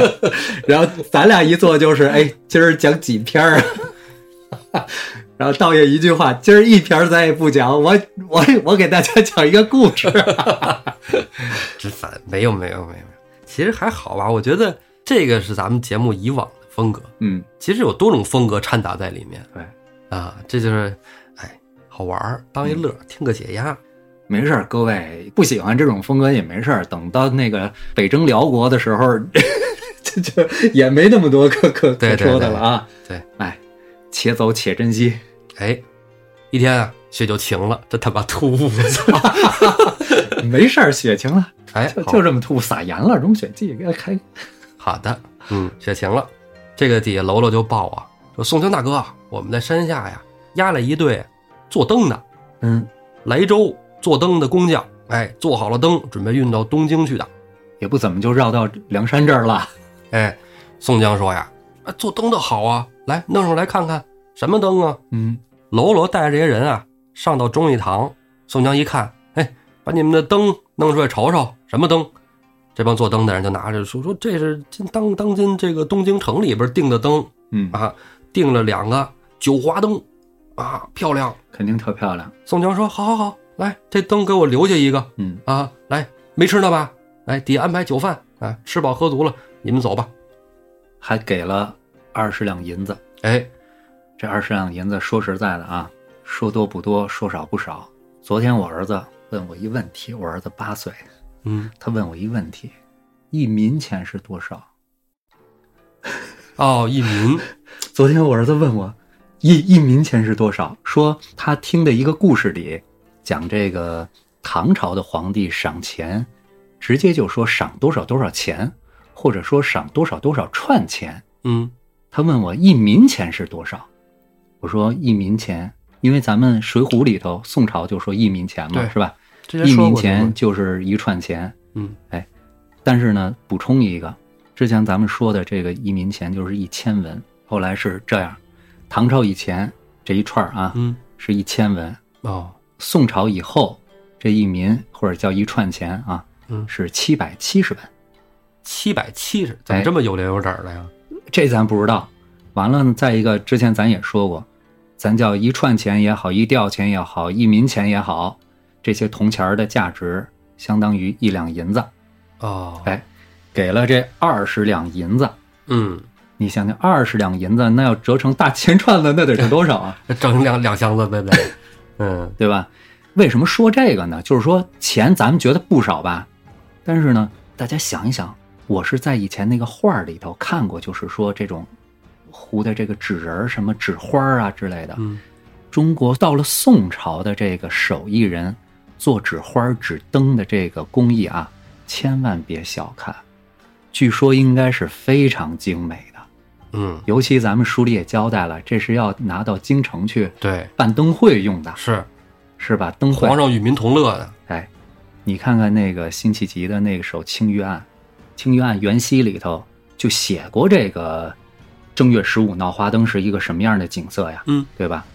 然后咱俩一做就是，哎，今儿讲几篇儿啊？ 然后道爷一句话，今儿一篇儿咱也不讲，我我我给大家讲一个故事。
这反没有没有没有，其实还好吧。我觉得这个是咱们节目以往的风格，
嗯，
其实有多种风格掺杂在里面。
对，嗯
啊，这就是，哎，好玩儿，当一乐儿，听个解压。
没事儿，各位不喜欢这种风格也没事儿，等到那个北征辽国的时候，这 就也没那么多可可
对
可
对
说的了啊。
对，
哎，且走且珍惜。
哎，一天啊，雪就停了，这他妈突兀！我 操！
没事儿，雪晴了，
哎，
就
好
就这么吐，撒盐了，融雪剂给它开。
好的，嗯，雪晴了。这个底下楼楼就报啊，说宋江大哥，我们在山下呀押了一队做灯的，
嗯，
莱州做灯的工匠，哎，做好了灯，准备运到东京去的。
也不怎么就绕到梁山这儿了。
哎，宋江说呀，啊，做灯的好啊，来弄上来看看，什么灯啊？
嗯，
喽啰带着这些人啊，上到忠义堂。宋江一看，哎，把你们的灯弄出来瞅瞅，什么灯？这帮做灯的人就拿着说说，这是今当当今这个东京城里边订的灯
嗯，
啊，订了两个九华灯，啊，漂亮。
肯定特漂亮。
宋江说，好好好，来，这灯给我留下一个
嗯，
啊，来，没吃呢吧？来，底下安排酒饭啊，吃饱喝足了，你们走吧。
还给了二十两银子。
哎，
这二十两银子，说实在的啊，说多不多，说少不少。昨天我儿子问我一问题，我儿子八岁，
嗯，
他问我一问题：一民钱是多少？
哦，一民，
昨天我儿子问我一一民钱是多少，说他听的一个故事里讲这个唐朝的皇帝赏钱，直接就说赏多少多少钱，或者说赏多少多少串钱。
嗯，
他问我一民钱是多少，我说一民钱，因为咱们《水浒》里头宋朝就说一民钱嘛，
对
是吧？
之前
一
说
民
过这个
钱
问题，
就是一串钱。哎
嗯，
但是呢，补充一个，之前咱们说的这个一民钱就是一千文，后来是这样，唐朝以前这一串儿啊、
嗯，
是一千文，
哦，
宋朝以后这一民或者叫一串钱啊
嗯。
是七百七十文，
七百七十，怎么
哎
这么有零有整儿的呀？
这咱不知道。完了呢，再一个，之前咱也说过，咱叫一串钱也好，一吊钱也好，一民钱也好，这些铜钱儿的价值相当于一两银子，
哦，
哎，给了这二十两银子，
嗯，
你想想，二十两银子，那要折成大钱串子，那得是多少 啊？
整两两箱子 呗呗，嗯
对吧？为什么说这个呢？就是说钱咱们觉得不少吧，但是呢，大家想一想，我是在以前那个画儿里头看过，就是说这种糊的这个纸人儿、什么纸花儿啊之类的。
嗯，
中国到了宋朝的这个手艺人做纸花儿、纸灯的这个工艺啊，千万别小看，据说应该是非常精美的。
嗯，
尤其咱们书里也交代了，这是要拿到京城去
对，
办灯会用的，
是
是吧？灯会
皇，上与民同乐的，
哎，你看看那个辛弃疾的那首《青玉案》，《青玉案元夕》里头就写过这个正月十五闹花灯是一个什么样的景色呀？
嗯，
对吧？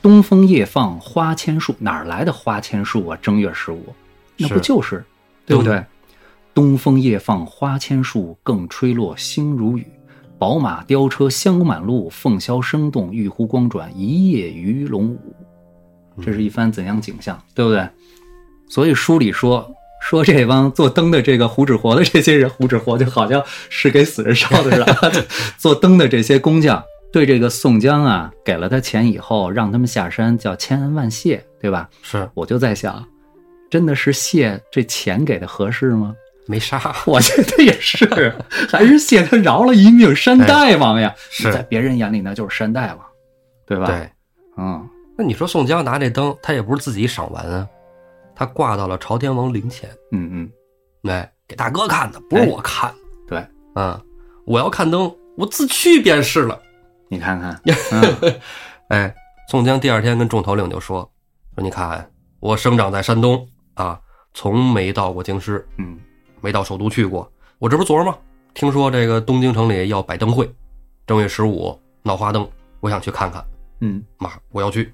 东风夜放花千树，哪儿来的花千树啊？正月十五，那不
是
就是对不
嗯
对？东风夜放花千树，更吹落星如雨。宝马雕车香满路，凤箫声动，玉壶光转，一夜鱼龙舞。这是一番怎样景象，对不对？所以书里说说这帮做灯的这个胡纸活的这些人，胡纸活就好像是给死人烧的似 的。做灯的这些工匠对这个宋江啊，给了他钱以后，让他们下山叫千恩万谢，对吧？
是
我就在想，真的是谢这钱给的合适吗？
没杀，
我觉得也是，还是谢他饶了一命，山大王呀！
哎是
在别人眼里那就是山大王，对吧？，
对。
嗯，
那你说宋江拿这灯，他也不是自己赏玩啊，他挂到了朝天王陵前，
嗯嗯，
哎，给大哥看的，不是
哎
我看
对，
啊，我要看灯，我自去便是了。
你看 看，嗯。
哎，宋江第二天跟众头领就说：“说你看，我生长在山东啊，从没到过京师，
嗯
没到首都去过。我这不琢磨，听说这个东京城里要摆灯会，正月十五闹花灯，我想去看看。
嗯，
妈，我要去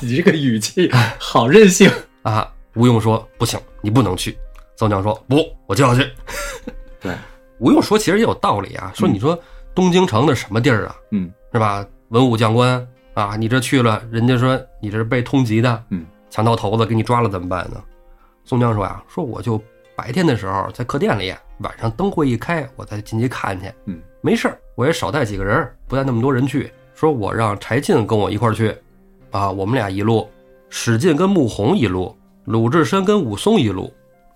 你这个语气
哎
好任性。
啊！”吴用说：“不行，你不能去。”宋江说：“不，我就要去。
对，”
吴用说：“其实也有道理啊，说你说东京城那什么地儿啊，
嗯
是吧？文武将官啊，你这去了，人家说你这是被通缉的，
嗯，
强盗头子给你抓了怎么办呢？宋江说呀、说我就白天的时候在客店里，晚上灯会一开，我再进去看去，
嗯，
没事儿，我也少带几个人，不带那么多人去。说我让柴进跟我一块儿去，啊，我们俩一路，史进跟穆弘一路，鲁智深跟武松一路，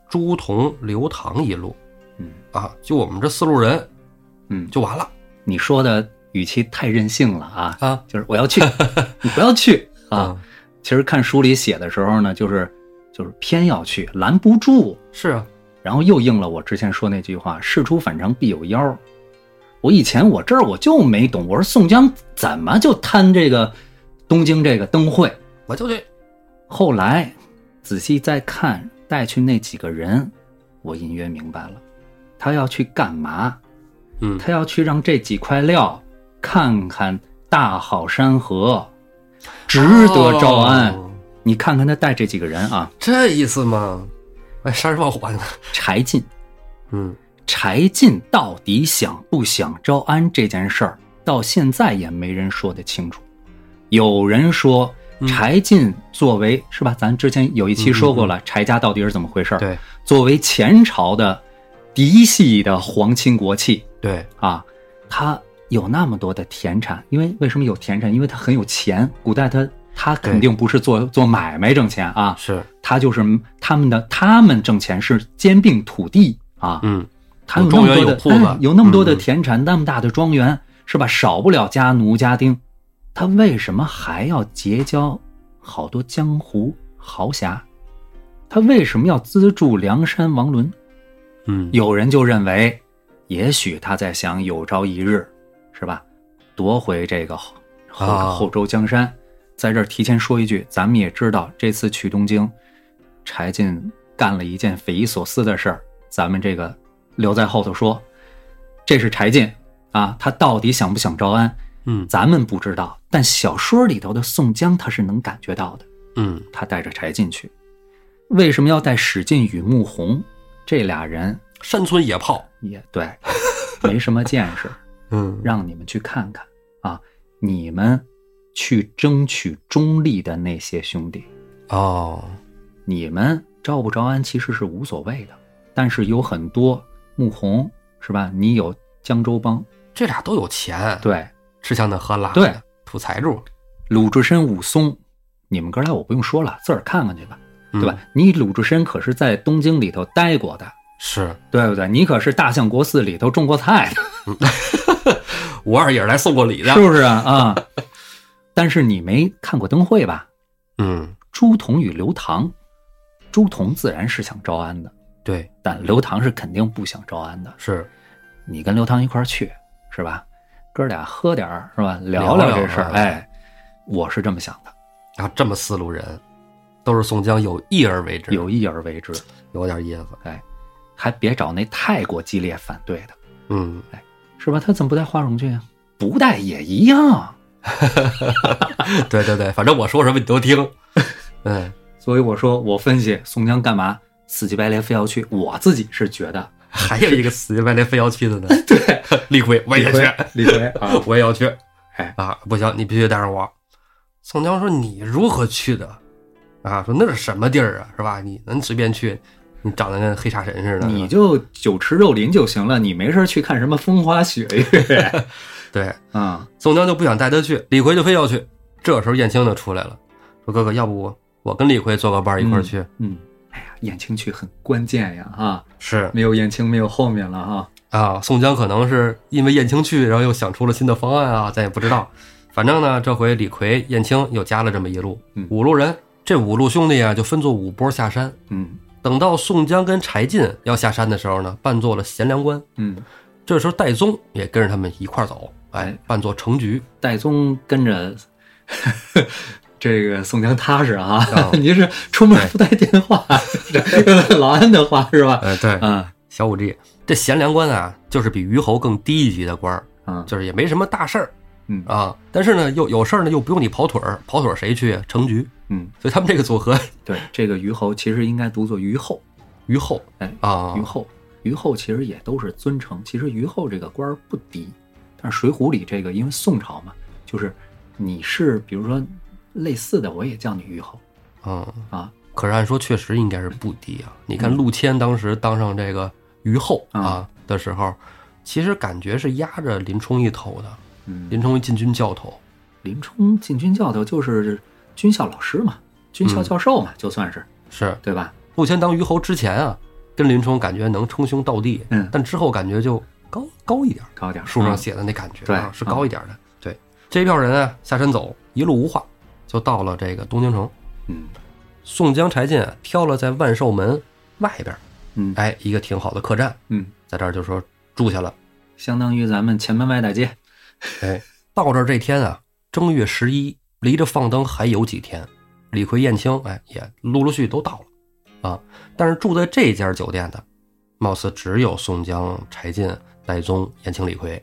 朱仝、刘唐一路，
嗯
啊，就我们这四路人
嗯，
就完了
你说的语气太任性了啊，
啊
就是我要 去，你不要去啊。
嗯
其实看书里写的时候呢，就是就是偏要去，拦不住，
是啊，
然后又应了我之前说那句话：“事出反常必有妖。”我以前我这儿我就没懂，我说宋江怎么就贪这个东京这个灯会？
我就去，
后来仔细再看带去那几个人，我隐约明白了，他要去干嘛？
嗯，
他要去让这几块料看看大好山河，值得招安。
哦
你看看他带这几个人啊，
这意思嘛？哎，杀人放火呢？
柴进，
嗯，
柴进到底想不想招安这件事儿，到现在也没人说得清楚。有人说
嗯
柴进作为、是吧？咱之前有一期说过了，柴家到底是怎么回事儿？
嗯对
作为前朝的嫡系的皇亲国戚
对，
啊，他有那么多的田产，因为为什么有田产？因为他很有钱。古代他他肯定不是做做买卖挣钱啊，
是，
他就是他们的他们挣钱是兼并土地啊，
嗯，
他有那么
有庄
多
园
的
有铺子
哎有那么多的
嗯
田产，那么大的庄园是吧？少不了家奴家丁，他为什么还要结交好多江湖豪侠？他为什么要资助梁山王伦？
嗯，
有人就认为，也许他在想有朝一日，是吧，夺回这个后后
啊
后周江山。在这儿提前说一句，咱们也知道这次去东京，柴进干了一件匪夷所思的事儿，咱们这个留在后头说。这是柴进啊，他到底想不想招安，
嗯
咱们不知道，但小说里头的宋江他是能感觉到的。
嗯
他带着柴进去，为什么要带史进与穆弘这俩人？
山村野炮，
也对，没什么见识，
嗯
让你们去看看啊！你们去争取中立的那些兄弟，
哦，
你们招不招安其实是无所谓的，但是有很多穆弘是吧？你有江州帮，
这俩都有钱，，
对，
吃香的喝辣的，
对，
土财主，
鲁智深、武松，你们哥俩我不用说了，自个儿看看去吧，
嗯
对吧？？你鲁智深可是在东京里头待过的。
是，
对不对？你可是大相国寺里头种过菜的，
我二也是来送过礼的，
是不是啊？啊、 但是你没看过灯会吧？
嗯，
朱仝与刘唐，朱仝自然是想招安的，
对，
但刘唐是肯定不想招安的。
是
你跟刘唐一块儿去，是吧？哥俩喝点儿，是吧？
聊
聊
聊
这事儿。
啊
哎，我是这么想的，
然啊后这么四路人，都是宋江有意而为之，
有意而为之，
有点意思，
还别找那太过激烈反对的，
嗯，
是吧？他怎么不带花荣去啊？不带也一样。
对对对，反正我说什么你都听， 嗯，
所以我说，我分析宋江干嘛死乞白赖非要去，我自己是觉得
还有一个死乞白赖非要去的呢，对， 李逵我也去，
李逵啊，
我也要去。
哎
啊，不行，你必须带上我。宋江说：“你如何去的？啊，说那是什么地儿啊，是吧？你能随便去？你长得跟黑煞神似的。
你就酒池肉林就行了，你没事儿去看什么风花雪月
对
啊？
宋江就不想带他去，李逵就非要去。这时候燕青就出来了，说：哥哥，要不我我跟李逵做个伴儿一块儿去？
嗯，哎呀，燕青去很关键呀啊，
是
没有燕青没有后面了啊。
啊，宋江可能是因为燕青去，然后又想出了新的方案啊，咱也不知道。反正呢，这回李逵、燕青又加了这么一路，
嗯
五路人。这五路兄弟啊，就分作五波下山。
嗯
等到宋江跟柴进要下山的时候呢，扮作了贤良官。
嗯，
这时候戴宗也跟着他们一块儿走，哎
哎，
扮作程局。
戴宗跟着 这个宋江踏实啊，
啊
您是出门不带电话， 用老安的话是吧？
哎，对
啊
小武力这贤良官啊，就是比虞侯更低一级的官儿，
啊
就是也没什么大事儿
嗯
啊。但是呢，又有事儿呢，又不用你跑腿儿，跑腿儿谁去啊？程局。
嗯，
所以他们这个组合，
对，这个虞侯其实应该读作虞后，
虞后
哎
啊
虞，后，虞后其实也都是尊称。其实虞后这个官儿不低，但是《水浒》里这个，因为宋朝嘛，就是你是比如说类似的，我也叫你虞后
嗯。
啊。
可是按说确实应该是不低啊。你
嗯
看陆谦当时当上这个虞后啊的时候，其实感觉是压着林冲一头的。
嗯，
林冲一进军教头，嗯
林冲进军教头就是军校老师嘛，军校教授嘛，就算是
是
对吧？
陆谦当虞侯之前啊，跟林冲感觉能称兄道弟，
嗯
但之后感觉就高高一点儿，
高点儿
书上
嗯
写的那感觉、
对嗯
啊、是高一点儿的。对，这一票人啊下山走，一路无话，就到了这个东京城。
嗯
宋江、柴进啊挑了在万寿门外边儿，
嗯
哎，一个挺好的客栈，
嗯，
在这儿就说住下了。
相当于咱们前门外大街。
哎，到这儿这天啊，正月十一，离着放灯还有几天，李逵、燕青哎也陆陆续续都到了啊。但是住在这家酒店的，貌似只有宋江、柴进、戴宗、燕青、李逵。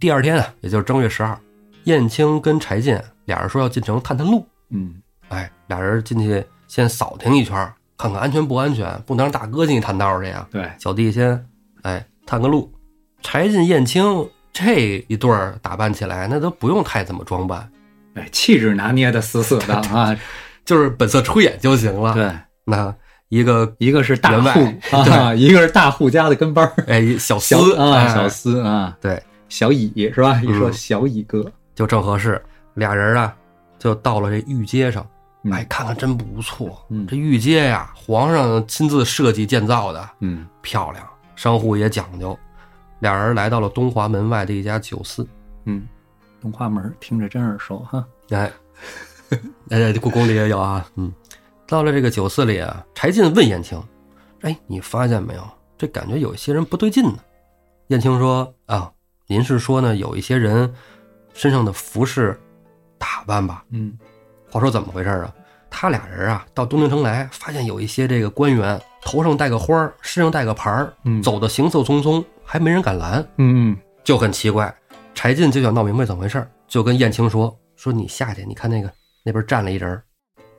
第二天啊，也就是正月十二，燕青跟柴进俩人说要进城探探路，
嗯
哎，俩人进去先扫听一圈儿，看看安全不安全，不能让大哥进去探道去呀。啊
对，
小弟先哎探个路。柴进、燕青这一对儿打扮起来，那都不用太怎么装扮，
哎，气质拿捏的死死 的啊。
就是本色出演就行了。，
对，
那一个
一个是大
啊员外
户啊，一个是大户家的跟 班儿，
哎小
小
厮
啊，
哎
小厮啊，
对，
小乙是吧？一说
嗯
小乙哥，
就正合适。俩人啊，就到了这御街上，
嗯
哎，看看真不错。
嗯
这御街呀、皇上亲自设计建造的，
嗯
漂亮，商户也讲究。俩人来到了东华门外的一家酒肆，
嗯，东华门听着真耳熟哈。
哎， 哎，故宫里也有啊。嗯，到了这个酒肆里啊，柴进问燕青：“哎，你发现没有？这感觉有一些人不对劲呢。”燕青说：“啊，您是说呢，有一些人身上的服饰、打扮吧？
嗯
话说怎么回事啊？他俩人啊，到东京城来，发现有一些这个官员头上戴个花儿，身上戴个牌儿，
嗯
走的行色匆匆，还没人敢拦。
嗯嗯
就很奇怪。柴进就想闹明白怎么回事儿，就跟燕青说：“说你下去，你看那个那边站了一人儿，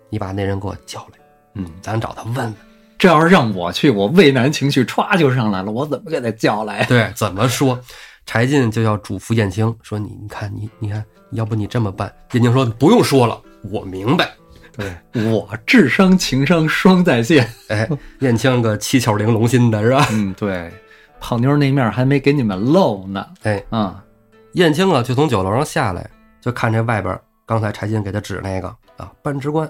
你把那人给我叫来，
嗯，
咱找他问问。
这要是让我去，我畏难情绪歘就上来了，我怎么给他叫来”？
对，怎么说？柴进就要嘱咐燕青说：“你你看你你看，要不你这么办？”燕青说：“不用说了，我明白。
对我智商情商双在线。”
哎，燕青个七窍玲珑心的是啊吧？
嗯，对，泡妞那面还没给你们露呢。
哎，
啊，
燕青啊就从酒楼上下来，就看这外边儿刚才柴进给他指那个啊半职官，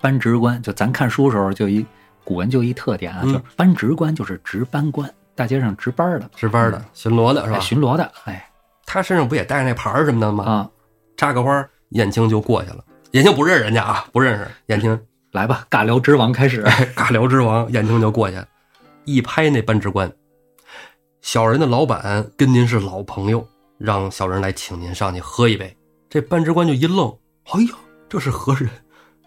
班职官就咱看书时候就一古文就一特点啊，
嗯
就是班职官就是值班官，大街上值班的，
值班的巡逻的是吧
哎？巡逻的。哎
他身上不也带着那牌儿什么的吗？
啊，
插个花儿，燕青就过去了。燕青不认识人家啊，不认识。燕青，
来吧，尬聊之王开 始。
哎，尬聊之王，燕青就过去，一拍那班职官，小人的老板跟您是老朋友，让小人来请您上去喝一杯。这班职官就一愣，哎呀，这是何人？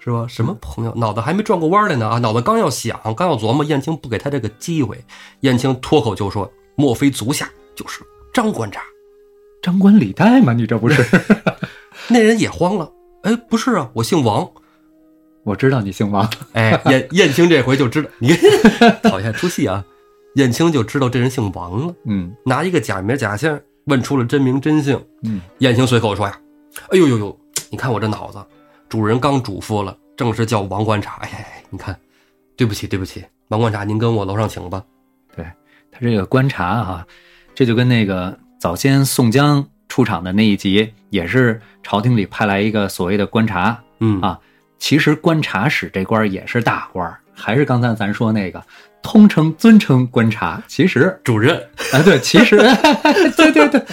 是吧？什么朋友？脑子还没转过弯来呢啊！脑子刚要想，刚要琢磨，燕青不给他这个机会。燕青脱口就说：“莫非足下就是张观察？”
张冠李戴吗？你这不是？
那人也慌了，哎，不是啊，我姓王，
我知道你姓王。
哎，燕燕青这回就知道，你讨厌出戏啊！燕青就知道这人姓王了，
嗯
拿一个假名假姓问出了真名真姓。
嗯，
燕青随口说呀：“哎呦呦呦，你看我这脑子，主人刚嘱咐了，正是叫王观察。哎哎哎，你看，对不起对不起，王观察，您跟我楼上请吧。
他这个观察啊，这就跟那个早先宋江出场的那一集，也是朝廷里派来一个所谓的观察。
嗯
啊其实观察使这官儿也是大官儿，还是刚才咱说那个，通称尊称观察。其实
主任
啊，对，其实， 对对对，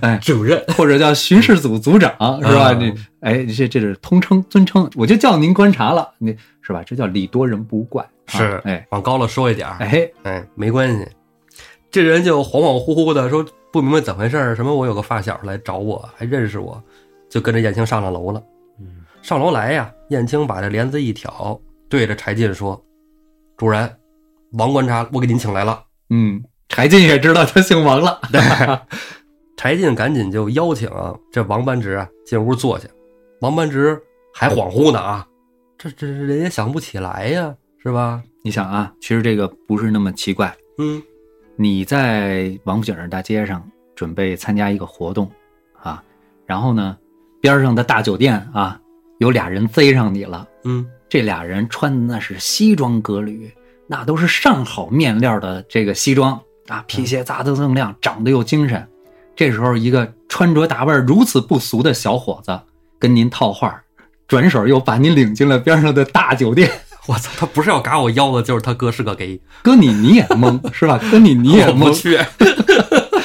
哎，
主任，
或者叫巡视组组长是吧？
啊
你哎，这这是通称尊称，我就叫您观察了，你是吧？这叫礼多人不怪。啊
是
哎
往高了说一点儿，
哎，
哎，没关系。这人就恍恍惚惚的说不明白怎么回事儿，什么我有个发小来找我，还认识我，就跟着燕青上了楼了。
嗯
上楼来呀，燕青把这帘子一挑，对着柴进说：“主人，王观察，我给您请来了。
嗯，柴进也知道他姓王了。”
柴进赶紧就邀请啊，这王班直啊进屋坐下。王班直还恍惚呢啊，这这这人也想不起来呀，是吧？
你想啊，其实这个不是那么奇怪。
嗯
你在王府井儿大街上准备参加一个活动啊，然后呢，边上的大酒店啊，有俩人贼上你了。
嗯，
这俩人穿的那是西装革履，那都是上好面料的这个西装
嗯
啊，皮鞋砸得锃亮，长得又精神。这时候，一个穿着打扮如此不俗 的小伙子跟您套话儿，转手又把您领进了边上的大酒店。
我操，他不是要嘎我腰子，就是他哥是个 gay，
哥你你也懵是吧？哥你你也
我不
懵，
去。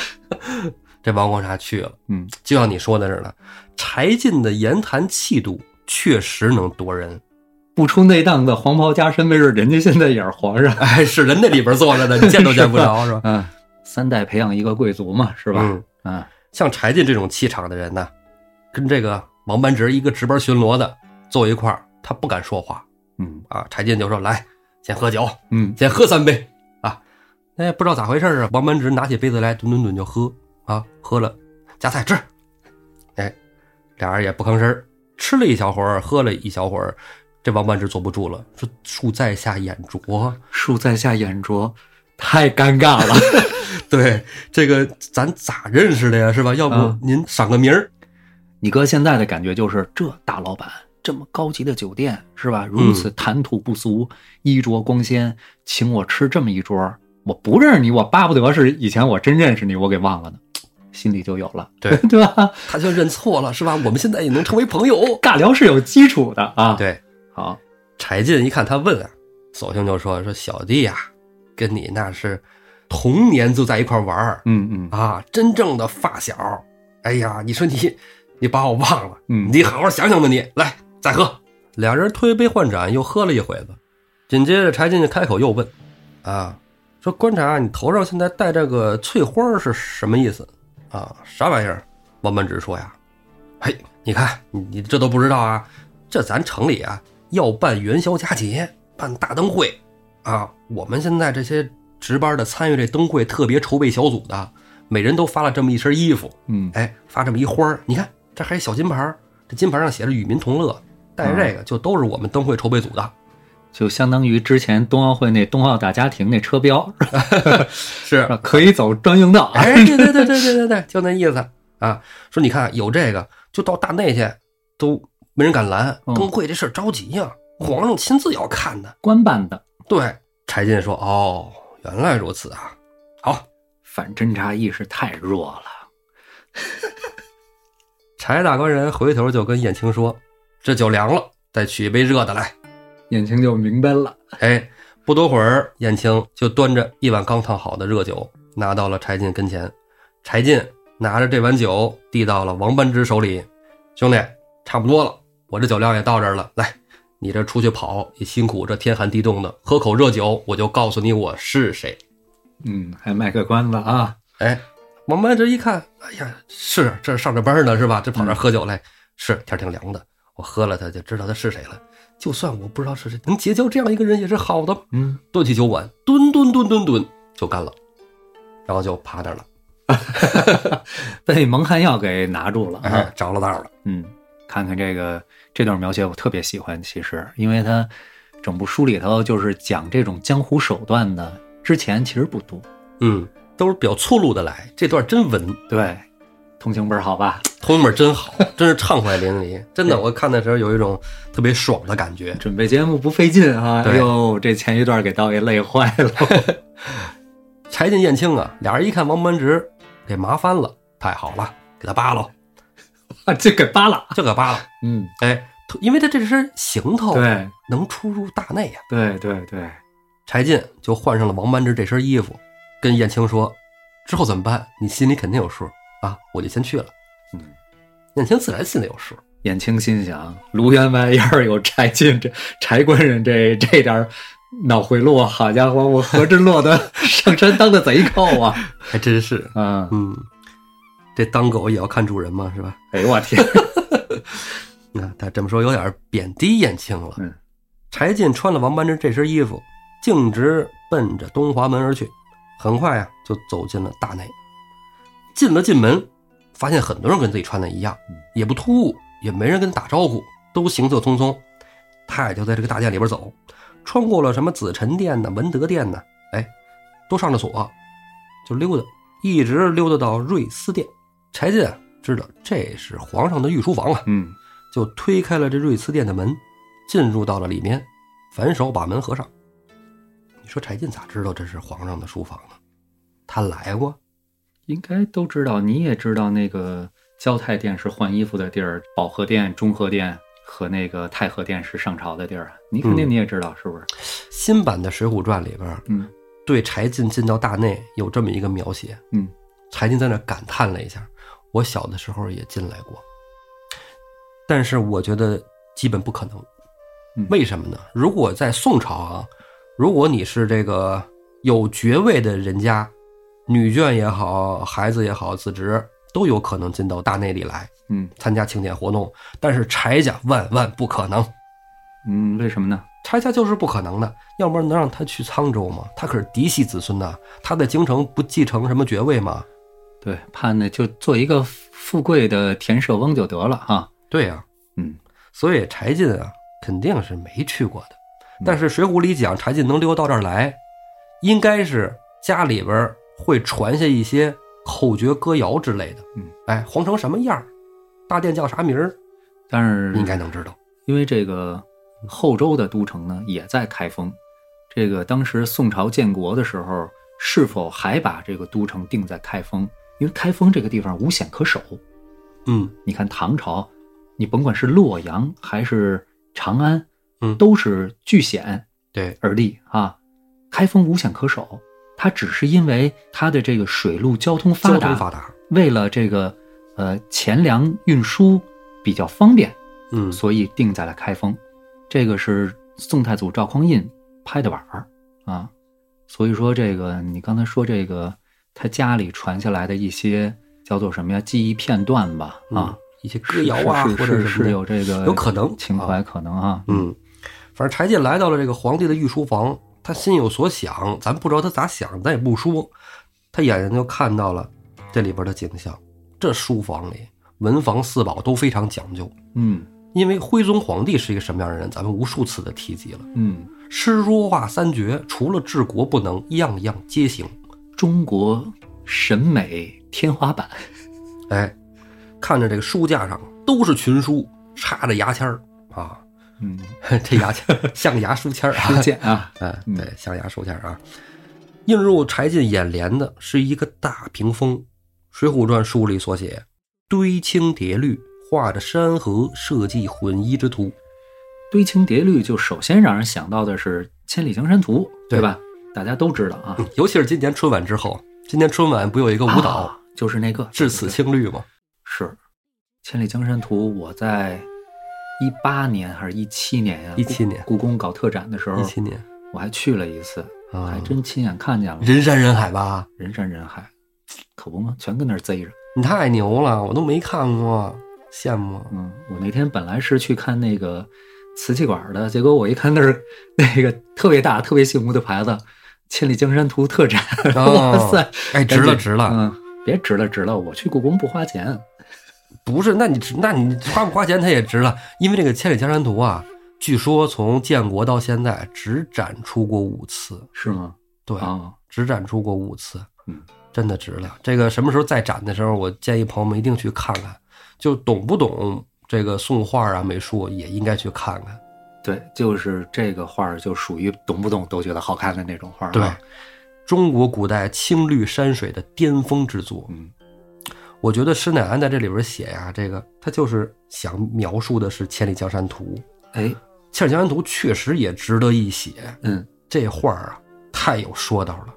这王观察去了，
嗯，
就像你说的似的，柴进的言谈气度确实能夺人。
不出内档的黄袍加身，没准人家现在也是皇上，
哎，是人那里边坐着呢，你见都见不着，是吧？
嗯，三代培养一个贵族嘛，是
是
吧？
嗯，
嗯
像柴进这种气场的人呢，跟这个王班直一个值班巡逻的坐一块儿，他不敢说话
嗯
啊。柴进就说：“来，先喝酒，
嗯，
先喝三杯啊！那、也不知道咋回事儿啊，王班直拿起杯子来，吨吨吨就喝啊，喝了夹菜吃，哎，俩人也不吭声儿，吃了一小会儿，喝了一小会儿，这王班直坐不住了，说树在下眼拙，
恕在下眼拙，太尴尬了。
对这个咱咋认识的呀，是吧？要
嗯
不您赏个名儿？
你哥现在的感觉就是，这大老板这么高级的酒店是吧？如
嗯
此谈吐不俗，衣着光鲜，请我吃这么一桌，我不认识你，我巴不得是以前我真认识你，我给忘了呢，心里就有了，
对
对吧？
他就认错了，是吧？我们现在也能成为朋友。
尬聊是有基础的啊。，
对，
好，
柴进一看他问啊，索性就说：“说小弟呀、跟你那是童年就在一块儿玩儿
嗯嗯
啊，真正的发小。哎呀，你说你，你把我忘了，
嗯
你好好想想吧你。来，再喝。”俩人推杯换盏，又喝了一回子。紧接着，柴进就开口又问：“啊，说观察你头上现在戴这个翠花儿是什么意思？啊，啥玩意儿？”王满直说：“呀，嘿，你看你你这都不知道啊？这咱城里啊要办元宵佳节，办大灯会啊。我们现在这些值班的参与这灯会特别筹备小组的，每人都发了这么一身衣服，
嗯，
哎，发这么一花儿。你看这还有小金牌儿，这金牌上写着‘与民同乐’，带着这个就都是我们灯会筹备组的。
就相当于之前冬奥会那冬奥大家庭那车标，是
是
吧？可以走专用道啊。
哎，对对对对对对对，就那意思啊。说你看有这个，就到大内去，都没人敢拦。
嗯
灯会这事儿着急呀、皇上亲自要看的。
官办的，
对，柴进说：“哦，原来如此啊。好，
反侦察意识太弱了。
柴大官人回头就跟燕青说：“这酒凉了，再取一杯热的来。
眼睛就明白了，”
哎，不多会儿，燕青就端着一碗刚烫好的热酒拿到了柴进跟前。柴进拿着这碗酒递到了王班之手里：“兄弟，差不多了，我这酒量也到这儿了。来，你这出去跑也辛苦，这天寒地冻的，喝口热酒，我就告诉你我是谁。”
嗯，还卖个关子啊，
哎，王班这一看，哎呀，是这上着班呢是吧？这跑这儿喝酒来，是天儿挺凉的，我喝了它就知道他是谁了。就算我不知道是谁，能结交这样一个人也是好的。
嗯，
端起酒碗，吨吨吨吨吨就干了，然后就趴那儿了，
被蒙汗药给拿住了
哎
啊，，
着了道了。
嗯，看看这个这段描写我特别喜欢，其实因为它整部书里头就是讲这种江湖手段的，之前其实不多，
嗯，都是比较粗鲁的来，这段真文，
对，通情本好吧，
同学们真好，真是畅快淋漓，真的，我看的时候有一种特别爽的感觉。
准备节目不费劲啊，
对
哎呦，这前一段给道爷累坏了，
柴进、燕青啊，俩人一看王班直给麻烦了，太好了，给他扒了，
啊这给扒了，
就给扒了。
嗯，
哎，因为他这身行头
对
能出入大内啊呀、
对对对，
柴进就换上了王班之这身衣服，跟燕青说：“之后怎么办？你心里肯定有数啊，我就先去了。”
嗯，
燕青自然心里有数，
燕青心想：卢员外要是有柴进这柴官人这这点儿脑回路，好家伙，我何止落得上山当的贼寇啊！
还真是。
啊，
嗯，这当狗也要看主人嘛，是吧？
哎呦我天，
那他这么说有点贬低燕青了。
嗯
柴进穿了王班之这身衣服，径直奔着东华门而去。很快呀、就走进了大内。进了进门，发现很多人跟自己穿的一样
嗯，
也不突兀，也没人跟他打招呼，都行色匆匆。他也就在这个大殿里边走，穿过了什么紫宸殿呢、文德殿呢，哎，都上着锁，就溜达，一直溜达到瑞思殿。柴进啊，知道这是皇上的御书房啊，
嗯，
就推开了这瑞慈殿的门，进入到了里面，反手把门合上。你说柴进咋知道这是皇上的书房呢？他来过，
应该都知道，你也知道那个交泰殿是换衣服的地儿，保和殿、中和殿和那个太和殿是上朝的地儿啊，你肯定你也知道、是不是？
新版的《水浒传》里边，
嗯
对柴进进到大内有这么一个描写，
嗯，
柴进在那儿感叹了一下：“我小的时候也进来过，但是我觉得基本不可能。
嗯
为什么呢？如果在宋朝啊，如果你是这个有爵位的人家，女眷也好，孩子也好，子侄都有可能进到大内里来
嗯
参加庆典活动，但是柴家万万不可能。”
嗯，为什么呢？
拆家就是不可能的，要不然能让他去沧州吗？他可是嫡系子孙呐、他在京城不继承什么爵位吗？
对，盼的就做一个富贵的田舍翁就得了哈。
对呀、
嗯
所以柴进啊，肯定是没去过的
嗯。
但是《水浒》里讲，柴进能溜到这儿来，应该是家里边儿会传下一些口诀、歌谣之类的。
嗯，
哎，皇城什么样儿，大殿叫啥名儿，
但是
应该能知道。
因为这个后周的都城呢也在开封，这个当时宋朝建国的时候，是否还把这个都城定在开封？因为开封这个地方无险可守。
嗯，
你看唐朝，你甭管是洛阳还是长安，
嗯
都是据险
对，
而立啊。开封无险可守，它只是因为它的这个水路交通
交
发达，
通发达。
为了这个呃钱粮运输比较方便，
嗯，
所以定在了开封。这个是宋太祖赵匡胤拍的碗儿啊，所以说这个你刚才说这个他家里传下来的一些叫做什么呀记忆片段吧
嗯
啊，，
一些歌谣啊，
是
或者
是是
什么的
是有这个
有可能
情
啊
怀可能啊，
嗯，反正柴进来到了这个皇帝的御书房，他心有所想，咱不知道他咋想，咱也不说。他眼睛就看到了这里边的景象。这书房里文房四宝都非常讲究，
嗯
因为徽宗皇帝是一个什么样的人，咱们无数次的提及了。
嗯，
诗书画三绝，除了治国不能，样样皆行。
中国审美天花板，
哎，看着这个书架上都是群书，插着牙签儿啊，
嗯，
这牙签儿 象牙书签儿啊
不，见 啊，
哎，
嗯
对，象牙手签啊。映入柴进眼帘的是一个大屏风，《水浒传》书里所写“堆青叠绿”，画着山河，社稷混一之图。
堆青叠绿就首先让人想到的是《千里江山图》，对吧？大家都知道啊，
嗯尤其是今年春晚之后，今年春晚不有一个舞蹈
啊就是那个
“至此青绿”吗？
是《千里江山图》，我在一八年还是一七年呀、
17年
故故宫搞特展的时候
一，七年
我还去了一次，
啊，
还真亲眼看见了，
人山人海吧？
人山人海，可不嘛，全跟那儿贼着。
你太牛了，我都没看过，羡慕。
嗯，我那天本来是去看那个瓷器馆的，结果我一看那儿那个特别大、特别醒目的牌子《千里江山图》特展，
哦
哇塞，
哎，值了，值了！
嗯，别值了，值了，我去故宫不花钱。
不是，那你值，那你花不花钱它也值了，因为这个《千里江山图》啊，据说从建国到现在只展出过五次，
是吗？
对，
啊，
只展出过五次，
嗯，
真的值了。这个什么时候再展的时候，我建议朋友们一定去看看，就懂不懂这个宋画啊、美术也应该去看看。
对，就是这个画儿，就属于懂不懂都觉得好看的那种画儿、啊。
对，中国古代青绿山水的巅峰之作，
嗯
我觉得施耐庵在这里边写呀、这个他就是想描述的是《千里江山图》，
哎，
《千里江山图》确实也值得一写。
嗯
这画儿啊，太有说道了。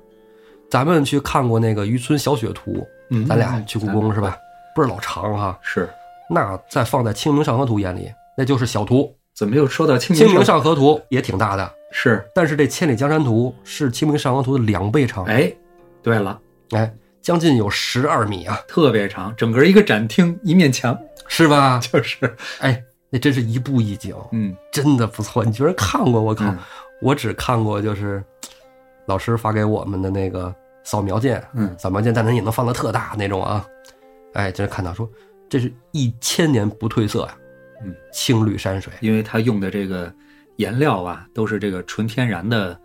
咱们去看过那个渔村小雪图，
嗯
咱俩去故宫
嗯
是吧？倍儿老长哈、
是，
那再放在《清明上河图》眼里，那就是小图。
怎么又说到
《
清
清明
明
上河图》也挺大的，
是？
但是这《千里江山图》是《清明上河图》的两倍长，
哎，对了，
哎，将近有十二米啊，
特别长，整个一个展厅，一面墙，
是吧？
就是
哎，那真是一步一景，
嗯，
真的不错。你居然看过？我靠，
嗯
我只看过就是老师发给我们的那个扫描件，
嗯
扫描件，但它也能放到特大那种啊。哎，真是看到说，这是一千年不褪色呀、
嗯，
青绿山水，
因为它用的这个颜料啊，都是这个纯天然的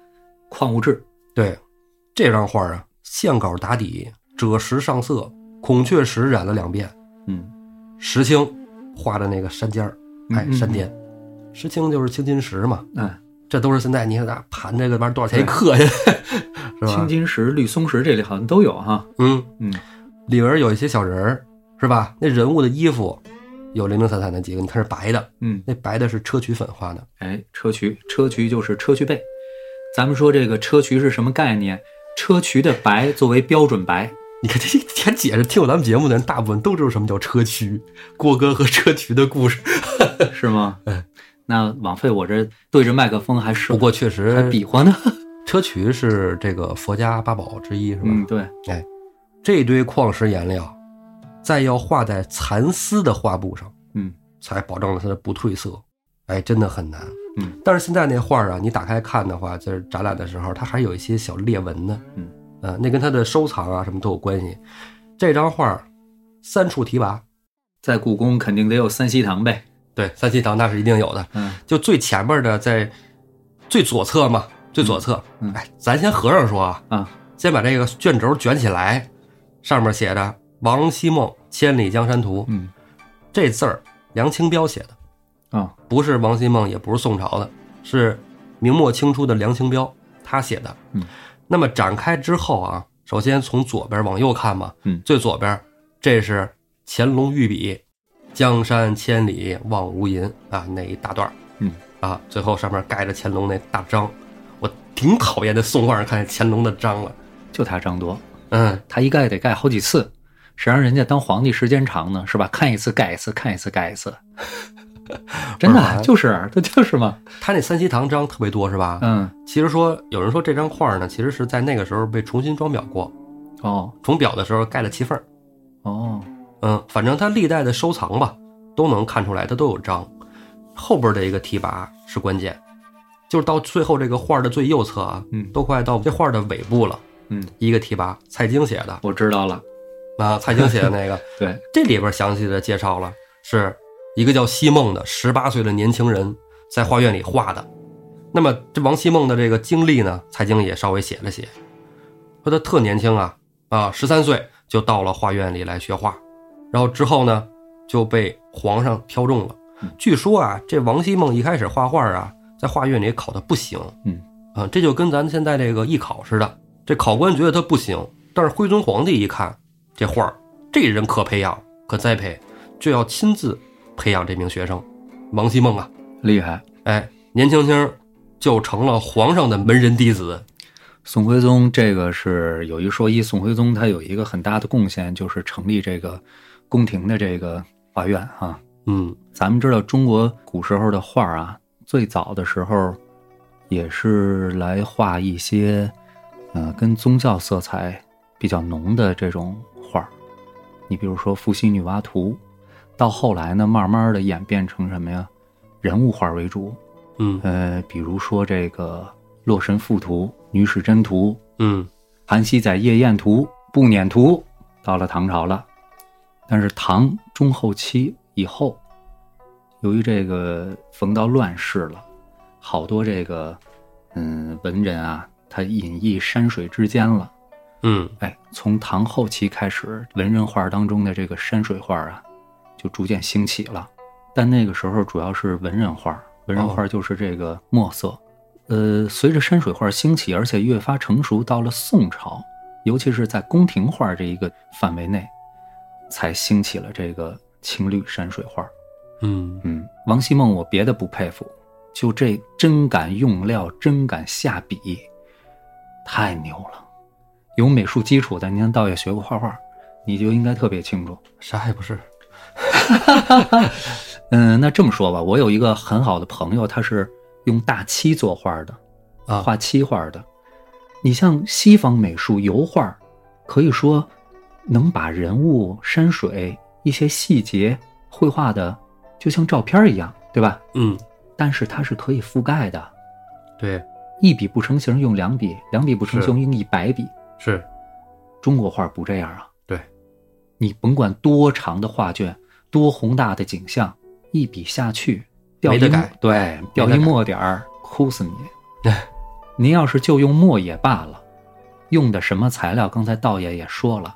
矿物质。
对，这张画啊，线稿打底，赭石上色，孔雀石染了两遍，
嗯，
石青画的那个山尖儿，哎
嗯，嗯
山巅，石青就是青金石嘛，
哎，
这都是现在你看咱盘这个玩意儿多少钱一克呀， 是
青
吧？
金石、绿松石这里好像都有哈。
嗯，
嗯
里边有一些小人儿，是吧？那人物的衣服有零零散散的几个，你看是白的，
嗯，
那白的是砗磲粉画的，
哎，砗磲，砗磲就是砗磲贝。咱们说这个砗磲是什么概念？砗磲的白作为标准白，
你看这这解释，听我咱们节目的人大部分都知道什么叫砗磲，郭哥和砗磲的故事。
是吗？
哎，
那枉费我这对着麦克风还嗯是
不过确
还
实，
比划呢。
砗磲是这个佛家八宝之一，是吧？
嗯，对，
这堆矿石颜料，再要画在蚕丝的画布上，
嗯，
才保证了它的不褪色。哎，真的很难。
嗯，
但是现在那画儿啊，你打开看的话，就是展览的时候，它还有一些小裂纹呢。
嗯，
呃，那跟它的收藏啊什么都有关系。这张画儿三处提拔，
在故宫肯定得有三希堂呗。
对，三希堂那是一定有的。
嗯，
就最前面的在最左侧嘛，最左侧。
嗯嗯
哎，咱先合上说啊，
啊，
先把这个卷轴卷起来，上面写着“王希孟千里江山图”
嗯，
这字儿，梁清标写的，
啊，
不是王希孟，也不是宋朝的，是明末清初的梁清标他写的。
嗯，
那么展开之后啊，首先从左边往右看嘛，
嗯
最左边这是乾隆御笔“江山千里望无垠”啊那一大段儿。
嗯，
啊，最后上面盖着乾隆那大章，我挺讨厌那宋画上看见乾隆的章了。
就他张铎，
嗯，
他一盖得盖好几次，谁让人家当皇帝时间长呢？是吧？看一次盖一次，看一次盖一次。真
玩儿
的啊
完
就是，他就是嘛。
他那三希堂章特别多是吧？
嗯，
其实说有人说这张画呢，其实是在那个时候被重新装裱过，
哦
重裱的时候盖了七份儿。
哦，
嗯，反正他历代的收藏吧，都能看出来，他都有章。后边的一个提拔是关键，就是到最后这个画的最右侧啊，
嗯
都快到这画的尾部了，
嗯，
一个提拔，蔡京写的
我知道了。
啊，蔡京写的那个，
对，
这里边详细的介绍了，是一个叫西梦的十八岁的年轻人在画院里画的。那么这王西梦的这个经历呢，蔡京也稍微写了写，说他特年轻啊啊，十三岁就到了画院里来学画，然后之后呢就被皇上挑中了
嗯。
据说啊，这王西梦一开始画画啊，在画院里考的不行，
嗯
啊，这就跟咱现在这个艺考似的，这考官觉得他不行，但是徽宗皇帝一看这画儿，这人可培养可栽培，就要亲自培养这名学生王希孟啊，
厉害。
哎，年轻轻就成了皇上的门人弟子，
宋徽宗这个是有一说一，宋徽宗他有一个很大的贡献，就是成立这个宫廷的这个画院啊。
嗯，
咱们知道中国古时候的画儿啊，最早的时候也是来画一些，呃，跟宗教色彩比较浓的这种画儿。你比如说《伏羲女娲图》，到后来呢，慢慢的演变成什么呀？人物画为主，
嗯
呃，比如说这个《洛神赋图》《女史箴图》
嗯
韩熙载夜宴图、步辇图，到了唐朝了。但是唐中后期以后，由于这个逢到乱世了，好多这个嗯文人啊，他隐逸山水之间了。
嗯
哎，从唐后期开始，文人画当中的这个山水画啊，就逐渐兴起了。但那个时候主要是文人画，文人画就是这个墨色。呃，随着山水画兴起，而且越发成熟，到了宋朝，尤其是在宫廷画这一个范围内，才兴起了这个青绿山水画。
嗯，
嗯，王希孟我别的不佩服，就这真敢用料，真敢下笔，太牛了。有美术基础的，您倒也学过画画，你就应该特别清楚。
啥也不是，
嗯，那这么说吧，我有一个很好的朋友，他是用大漆做画的，
啊
画漆画的。你像西方美术油画，可以说能把人物、山水一些细节绘画的，就像照片一样，对吧？
嗯，
但是它是可以覆盖的，
对，
一笔不成形用两笔，两笔不成形用一百笔。
是，
中国画不这样啊，
对，
你甭管多长的画卷，多宏大的景象，一笔下去，掉
没
一
得改
墨对，掉
没
一
得改
墨点儿，哭死你。您要是就用墨也罢了，用的什么材料？刚才道爷也说了，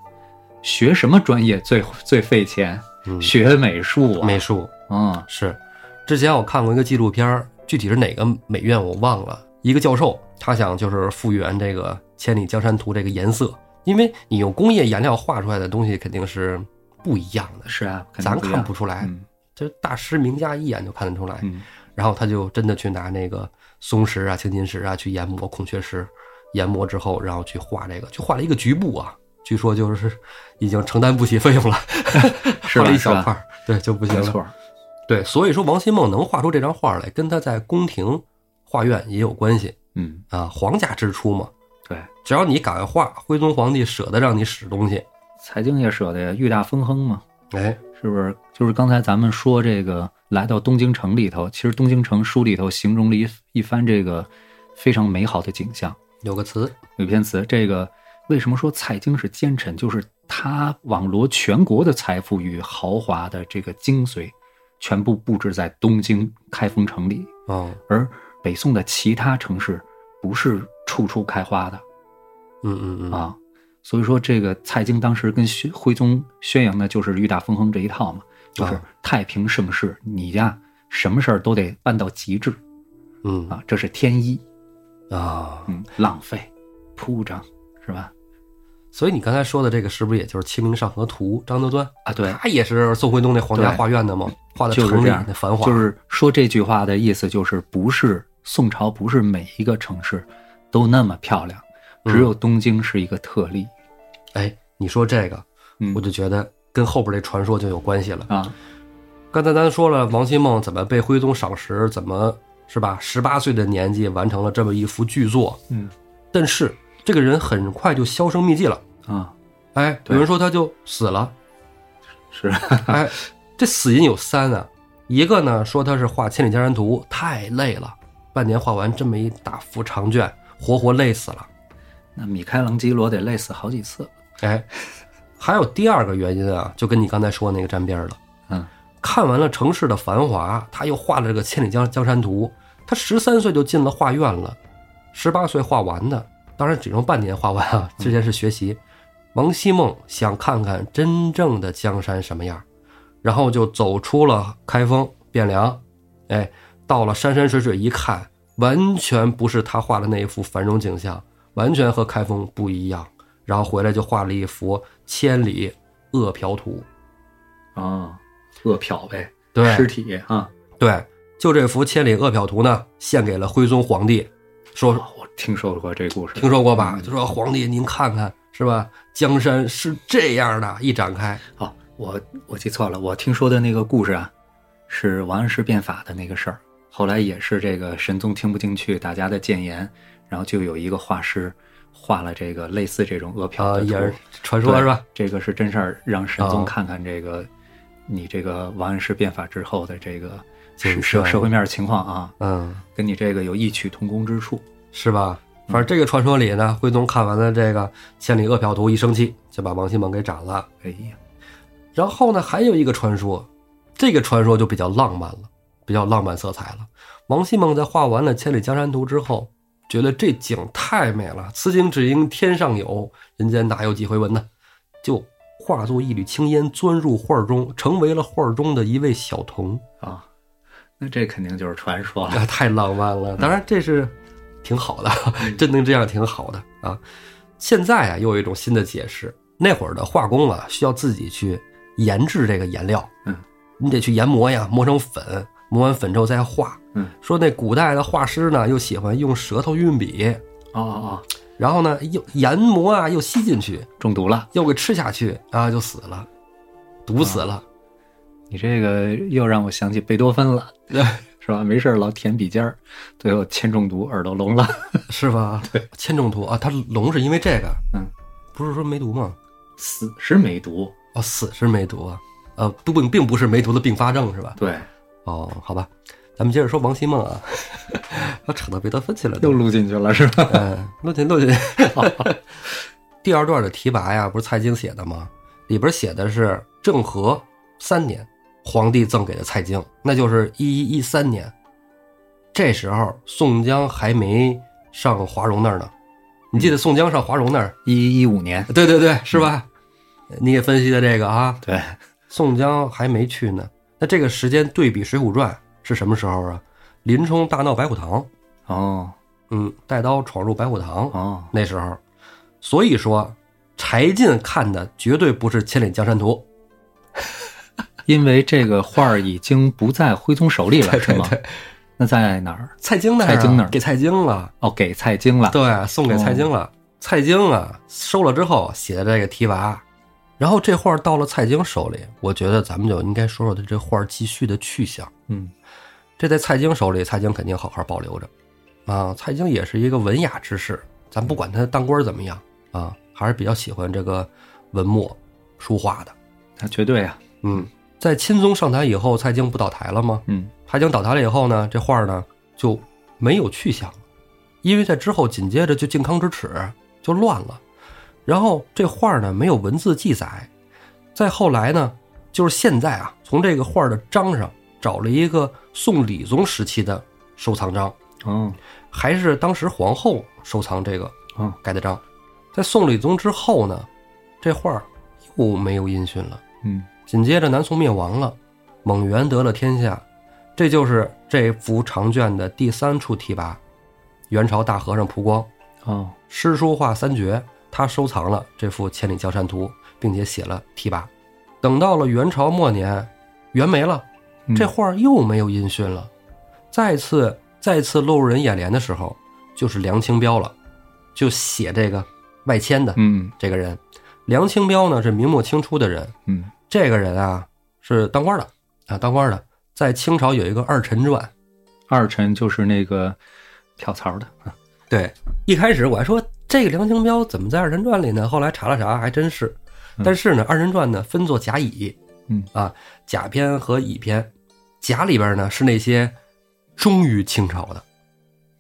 学什么专业最最费钱？
嗯，
学美术啊，
美术
嗯
是，之前我看过一个纪录片儿，具体是哪个美院我忘了。一个教授，他想就是复原这个《千里江山图》这个颜色，因为你用工业颜料画出来的东西肯定是不一样的，
是啊，肯定
咱
不一
看
样
不出来。
嗯
就是大师名家一眼就看得出来。
嗯
然后他就真的去拿那个松石啊、青金石啊去研磨孔雀石，研磨之后，然后去画这个，就画了一个局部啊。据说就是已经承担不起费用了，
是吧
画了一
是吧
小块儿，对，就哎不行
没
了。
错，
对，所以说王新梦能画出这张画来，跟他在宫廷画院也有关系
嗯，
啊。皇家之初嘛，
对，
只要你敢画，徽宗皇帝舍得让你使东西，
财经也舍得呀，玉大丰亨嘛，
哎，
是不是？就是刚才咱们说这个来到东京城里头，其实东京城书里头形容了一一番这个非常美好的景象。
有个词，
有篇词，这个为什么说蔡京是奸臣？就是他网罗全国的财富与豪华的这个精髓，全部布置在东京开封城里，
哦，
而北宋的其他城市不是处处开花的
嗯嗯嗯，
啊。所以说，这个蔡京当时跟宣徽宗宣扬的就是“玉大丰亨”这一套嘛，就是
啊
太平盛世，你呀什么事儿都得办到极致
嗯
啊，这是天一，
啊，
嗯，浪费、铺张是吧？
所以你刚才说的这个是不是也就是《清明上河图》张择端
啊，对，
他也是宋徽宗那皇家
对
画院的嘛，画的
就是
城
这
里
样
那繁华，
就是说这句话的意思就是，不是宋朝，不是每一个城市都那么漂亮，
嗯
只有东京是一个特例。
哎，你说这个，
嗯
我就觉得跟后边这传说就有关系了。
啊，
刚才咱说了王新梦怎么被徽宗赏识，怎么是吧？十八岁的年纪完成了这么一幅巨作，
嗯
但是这个人很快就销声匿迹了。
啊，
哎，
对
有人说他就死了。
是
哎，这死因有三啊，一个呢说他是画《千里江山图》太累了，半年画完这么一大幅长卷，活活累死了。
那米开朗基罗得累死好几次。
哎，还有第二个原因啊，就跟你刚才说那个沾边儿了。
嗯，
看完了城市的繁华，他又画了这个《千里江江山图》。他十三岁就进了画院了，十八岁画完的，当然只用半年画完啊。之前是学习。王希孟想看看真正的江山什么样，然后就走出了开封汴梁，哎，到了山山水水一看，完全不是他画的那一幅繁荣景象，完全和开封不一样。然后回来就画了一幅《千里饿殍图》。
啊，饿殍呗，
对，
尸体啊，
对，就这幅《千里饿殍图》呢，献给了徽宗皇帝，说
我听说过这故事，
听说过吧？
嗯
就说皇帝您看看是吧？江山是这样的，一展开，
哦，我我记错了，我听说的那个故事啊，是王安石变法的那个事儿。后来也是这个神宗听不进去大家的谏言，然后就有一个画师画了这个类似这种阿飘
啊，
的图，
也是传说
对嗯
是吧？？
这个是真事儿，让神
啊
宗看看这个、你这个王安石变法之后的这个
景
社社
象
社会面情况啊，
嗯，
跟你这个有异曲同工之处。
是吧？反
嗯
正这个传说里呢，徽宗看完了这个《千里饿殍图》，一生气就把王希孟给斩了。
哎呀，
然后呢，还有一个传说，这个传说就比较浪漫了，比较浪漫色彩了。王希孟在画完了《千里江山图》之后，觉得这景太美了，“此景只应天上有，人间哪有几回闻”呢，就化作一缕青烟钻入画中，成为了画中的一位小童。
啊，那这肯定就是传说了。
啊， 太浪漫了！当然这是挺好的，
嗯
真能这样挺好的啊。现在啊，又有一种新的解释，那会儿的画工啊，需要自己去研制这个颜料，
嗯，
你得去研磨呀，磨成粉，磨完粉之后再画。
嗯，
说那古代的画师呢，又喜欢用舌头运笔，
哦哦哦，
然后呢又研磨啊，又吸进去，
中毒了。
又给吃下去啊，就死了，毒死
啊
了。
你这个又让我想起贝多芬了，是吧？没事儿老舔笔尖儿，最后铅中毒，耳朵聋了。
是吧？对，铅中毒啊，他聋是因为这个，
嗯，
不是说梅毒吗？
死是梅毒，
哦，死是梅毒啊？呃，不并并不是梅毒的并发症是吧？
对，
哦，好吧，咱们接着说王希孟啊， 要扯到贝多芬去了，
又录进去了是吧？
嗯，录进录进。 第二段的题跋呀，不是蔡京写的吗？里边写的是郑和三年，皇帝赠给的蔡京，那就是一一一三年。这时候宋江还没上华容那儿呢，你记得宋江上华容那儿？
一一五年，
对对对，是吧？你也分析的这个啊，
对，
宋江还没去呢。那这个时间对比《水浒传》是什么时候啊？林冲大闹白虎堂，
哦
嗯，带刀闯入白虎堂，
哦，
那时候，所以说柴进看的绝对不是《千里江山图》，
因为这个画儿已经不在徽宗手里了，
对对
是吗？
对，
那在哪儿？
蔡京那儿啊
蔡京那儿
给蔡京了，
哦，给蔡京了。
对，送给蔡京了。
哦
蔡京啊，收了之后写的这个题跋，然后这画到了蔡京手里，我觉得咱们就应该说说他这画继续的去向。
嗯
这在蔡京手里，蔡京肯定好好保留着。啊，蔡京也是一个文雅之士，咱不管他当官怎么样啊，还是比较喜欢这个文墨书画的。
他绝对啊。
嗯，在钦宗上台以后，蔡京不倒台了吗？
嗯
蔡京倒台了以后呢，这画呢就没有去向了，因为在之后紧接着就靖康之耻就乱了，然后这画呢没有文字记载，再后来呢，就是现在啊，从这个画的章上找了一个宋理宗时期的收藏章，
哦
还是当时皇后收藏这个
哦
盖的章，在宋理宗之后呢，这画又没有音讯了。
嗯
紧接着南宋灭亡了，蒙元得了天下，这就是这幅长卷的第三处题跋。元朝大和尚蒲光
哦
诗书画三绝，他收藏了这幅《千里江山图》，并且写了题跋。等到了元朝末年，元没了，
嗯
这画儿又没有音讯了。再次再次落入人眼帘的时候，就是梁清标了，就写这个外迁的
嗯
这个人。梁清标呢是明末清初的人，
嗯
这个人啊是当官的啊，当官的，在清朝有一个二臣传。
二臣就是那个跳槽的。
对，一开始我还说这个梁清标怎么在二臣传里呢？后来查了查，还真是。但是呢，二人传呢分作甲乙，
嗯
啊，甲篇和乙篇。甲里边呢是那些忠于清朝的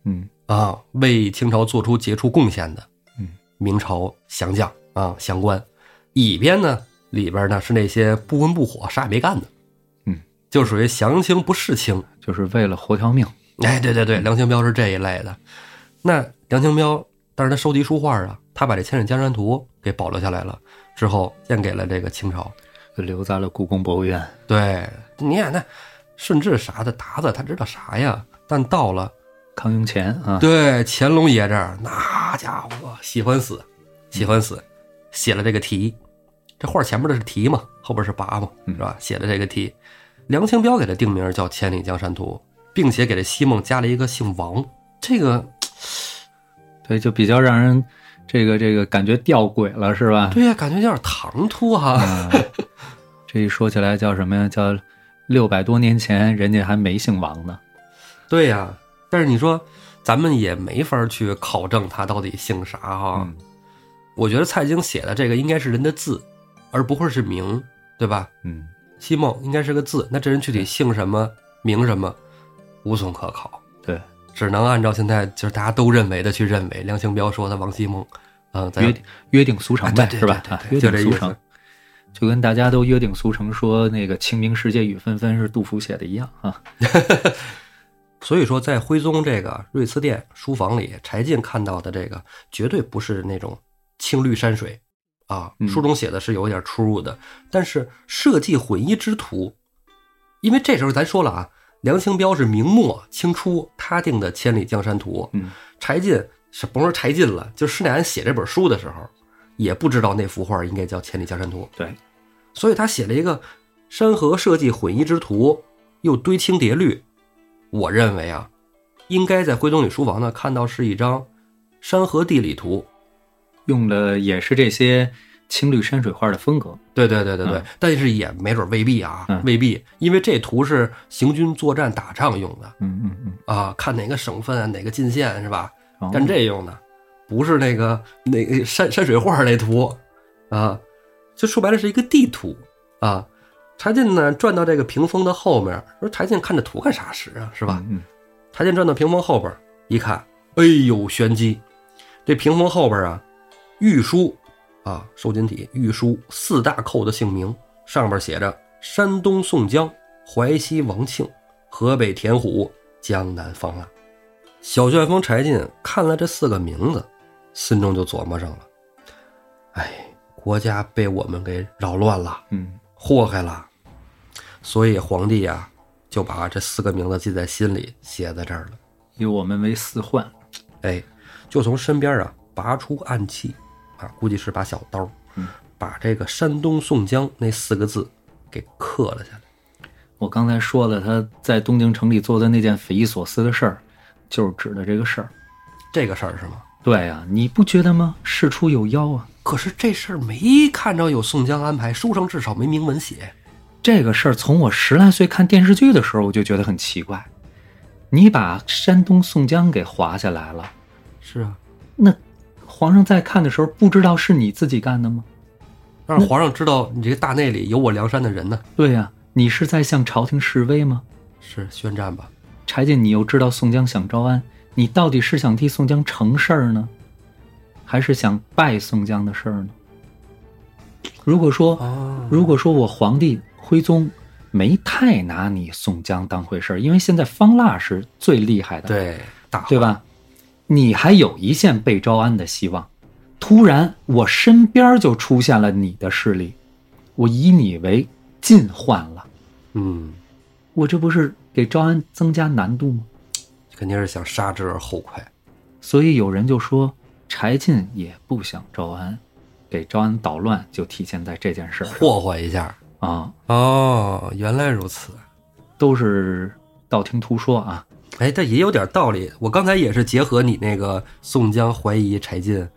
嗯
啊，为清朝做出杰出贡献的，
嗯，
明朝降将啊，降官。乙篇呢里边呢是那些不温不火、啥也没干的，
嗯，
就属于降清不世清。
就是为了活条命。
哎，对对对，梁清标是这一类的。那梁清标，但是他收集书画啊，他把这《千里江山图》给保留下来了，之后献给了这个清朝。
留在了故宫博物院。
对，你看那顺治啥的达子，他知道啥呀？但到了
康雍乾啊，
对乾隆爷这儿，那家伙喜欢死，喜欢死，写了这个题，这画前面的是题嘛，后边是跋嘛，是吧？写的这个题，梁清标给他定名叫《千里江山图》，并且给这西梦加了一个姓王，这个。
对，就比较让人这个这个感觉吊诡了，是吧？
对呀、感觉有点唐突哈、
啊，这一说起来叫什么呀？叫六百多年前人家还没姓王呢。
对呀、但是你说咱们也没法去考证他到底姓啥哈、
嗯
我觉得蔡京写的这个应该是人的字，而不会是名，对吧？
嗯，
西梦应该是个字，那这人具体姓什么名什么，无从可考，
对，
只能按照现在就是大家都认为的去认为。梁清标说他王西梦，嗯、咱
约定约定俗
啊
成
对
呗，
对
是吧？
对
啊，
对
约
就这
定俗
意思
成。。就跟大家都约定俗成说那个“清明时节雨纷纷”是杜甫写的一样啊，
所以说，在徽宗这个瑞慈殿书房里，柴进看到的这个绝对不是那种青绿山水啊。
嗯
书中写的是有一点出入的，但是社稷混一之徒，因为这时候咱说了啊，梁清标是明末清初他定的《千里江山图》，
嗯，
柴进是甭说柴进了，就施耐庵写这本书的时候，也不知道那幅画应该叫《千里江山图》，
对，
所以他写了一个山河社稷混一之图，又堆青叠绿。我认为啊，应该在徽宗里书房呢看到是一张山河地理图。
用的也是这些青绿山水画的风格。
对对对对对，
嗯
但是也没准未必啊，
嗯
未必，因为这图是行军作战打仗用的
嗯嗯嗯，
啊，看哪个省份啊哪个进县是吧？
然后
干这用的，不是那个那个山山水画那图啊，就说白了是一个地图啊。柴进呢转到这个屏风的后面，说柴进看这图干啥使啊，是吧？
嗯
柴进转到屏风后边一看，哎呦，玄机！这屏风后边啊，御书啊，瘦金体御书四大寇的姓名，上边写着山东宋江、淮西王庆、河北田虎、江南方腊。小旋风柴进看了这四个名字，心中就琢磨上了：哎，国家被我们给扰乱了。
嗯
祸害了。所以皇帝呀、就把这四个名字记在心里，写在这儿了。
嗯，以我们为四患。
哎，就从身边啊拔出暗器，啊，估计是把小刀，
嗯
把这个山东宋江那四个字给克了下来。
我刚才说的他在东京城里做的那件匪夷所思的事儿，就是指的这个事儿。
这个事儿是吗？
对呀、你不觉得吗？事出有妖啊！
可是这事儿没看着有宋江安排，书上至少没明文写。
这个事儿从我十来岁看电视剧的时候，我就觉得很奇怪。你把山东宋江给划下来了，
是啊，
那皇上在看的时候不知道是你自己干的吗？
让皇上知道你这个大内里有我梁山的人呢。
对呀、你是在向朝廷示威吗？
是宣战吧？
柴进，你又知道宋江想招安，你到底是想替宋江成事儿呢，还是想败宋江的事儿呢？如果说，
哦
如果说我皇帝徽宗没太拿你宋江当回事儿，因为现在方腊是最厉害的，
对，大
对吧？你还有一线被招安的希望。突然，我身边就出现了你的势力，我以你为进患了，
嗯，
我这不是给招安增加难度吗？
肯定是想杀之而后快。
所以有人就说，柴进也不想招安，给招安捣乱就体现在这件事儿 上
霍霍一下。
啊，
哦，原来如此。
都是道听途说啊。
哎，这也有点道理。我刚才也是结合你那个宋江怀疑柴进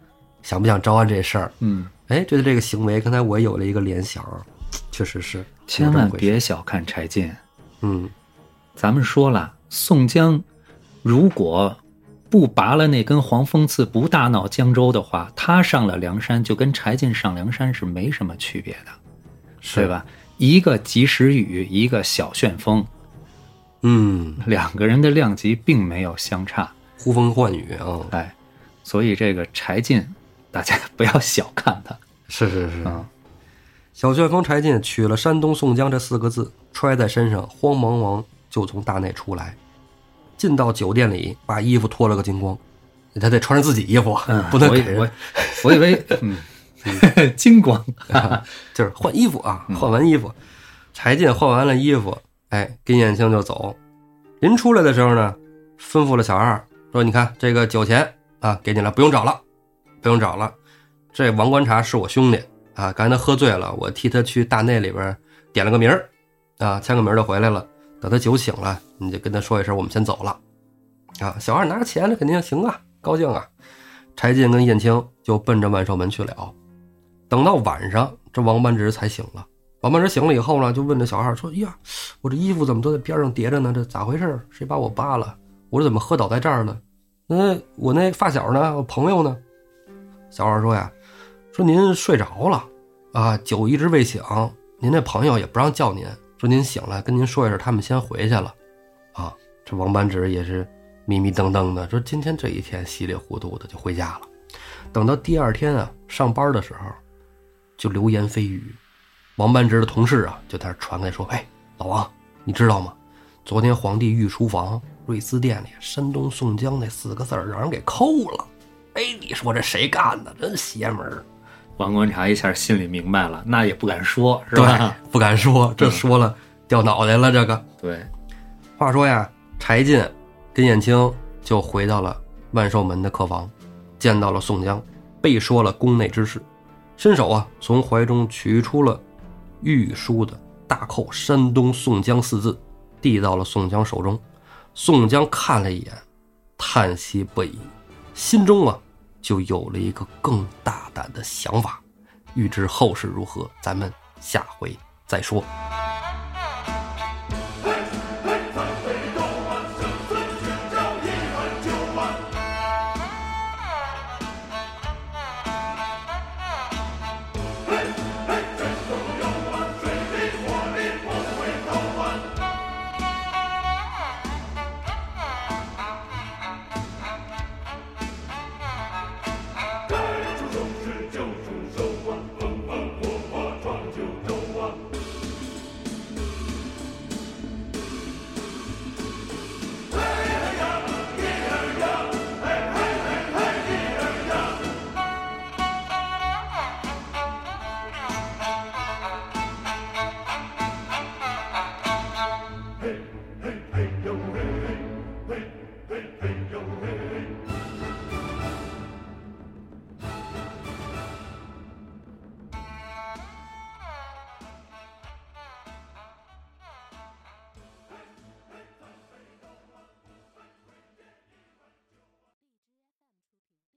想不想招安这事儿，
嗯，
哎，对这个行为，刚才我也有了一个联想，确实是，
千
有这么
万
回事，
别小看柴进。
嗯，
咱们说了，宋江如果不拔了那根黄蜂刺，不大闹江州的话，他上了梁山就跟柴进上梁山是没什么区别的，
是
对？吧？一个及时雨，一个小旋风，
嗯，
两个人的量级并没有相差。
呼风唤雨啊、
哎，所以这个柴进，大家不要小看他。
是是是。
嗯
小旋风柴进取了“山东宋江”这四个字，揣在身上，慌忙忙就从大内出来，进到酒店里，把衣服脱了个精光，他得穿上自己衣服啊，不能
嗯我
给
以我以，
人
我以为，嗯，金光，
就是换衣服啊，换完衣服，柴进换完了衣服，哎，跟燕青就走。临出来的时候呢，吩咐了小二说：“你看这个酒钱啊，给你了，不用找了，不用找了。这王观察是我兄弟啊，刚才他喝醉了，我替他去大内里边点了个名儿啊，签个名儿就回来了。等他酒醒了，你就跟他说一声，我们先走了。”啊，小二拿着钱，那肯定行啊，高兴啊。柴进跟燕青就奔着万寿门去了。等到晚上，这王班直才醒了。王班直醒了以后呢，就问这小二说：“哎呀，我这衣服怎么都在边上叠着呢？这咋回事儿？谁把我扒了？我这怎么喝倒在这儿呢？那我那发小呢？我朋友呢？”小二说：“呀，说您睡着了啊，酒一直未醒，您那朋友也不让叫您，说您醒了跟您说一声，他们先回去了。”啊，这王班直也是迷迷瞪瞪的，说今天这一天稀里糊涂的就回家了。等到第二天啊上班的时候，就流言蜚语。王班直的同事啊，就在那儿传开说：“哎，老王，你知道吗？昨天皇帝御书房瑞思殿里，山东宋江那四个字儿让人给扣了。哎，你说这谁干的？真邪门儿！
王观察一下心里明白了，那也不敢说，是吧？
对，不敢说，这说了掉脑袋了。这个
对，
话说呀，柴进跟燕青就回到了万寿门的客房，见到了宋江，被说了宫内之事，伸手啊从怀中取出了御书的大扣“山东宋江”四字，递到了宋江手中。宋江看了一眼，叹息不已，心中啊就有了一个更大胆的想法。欲知后事如何，咱们下回再说。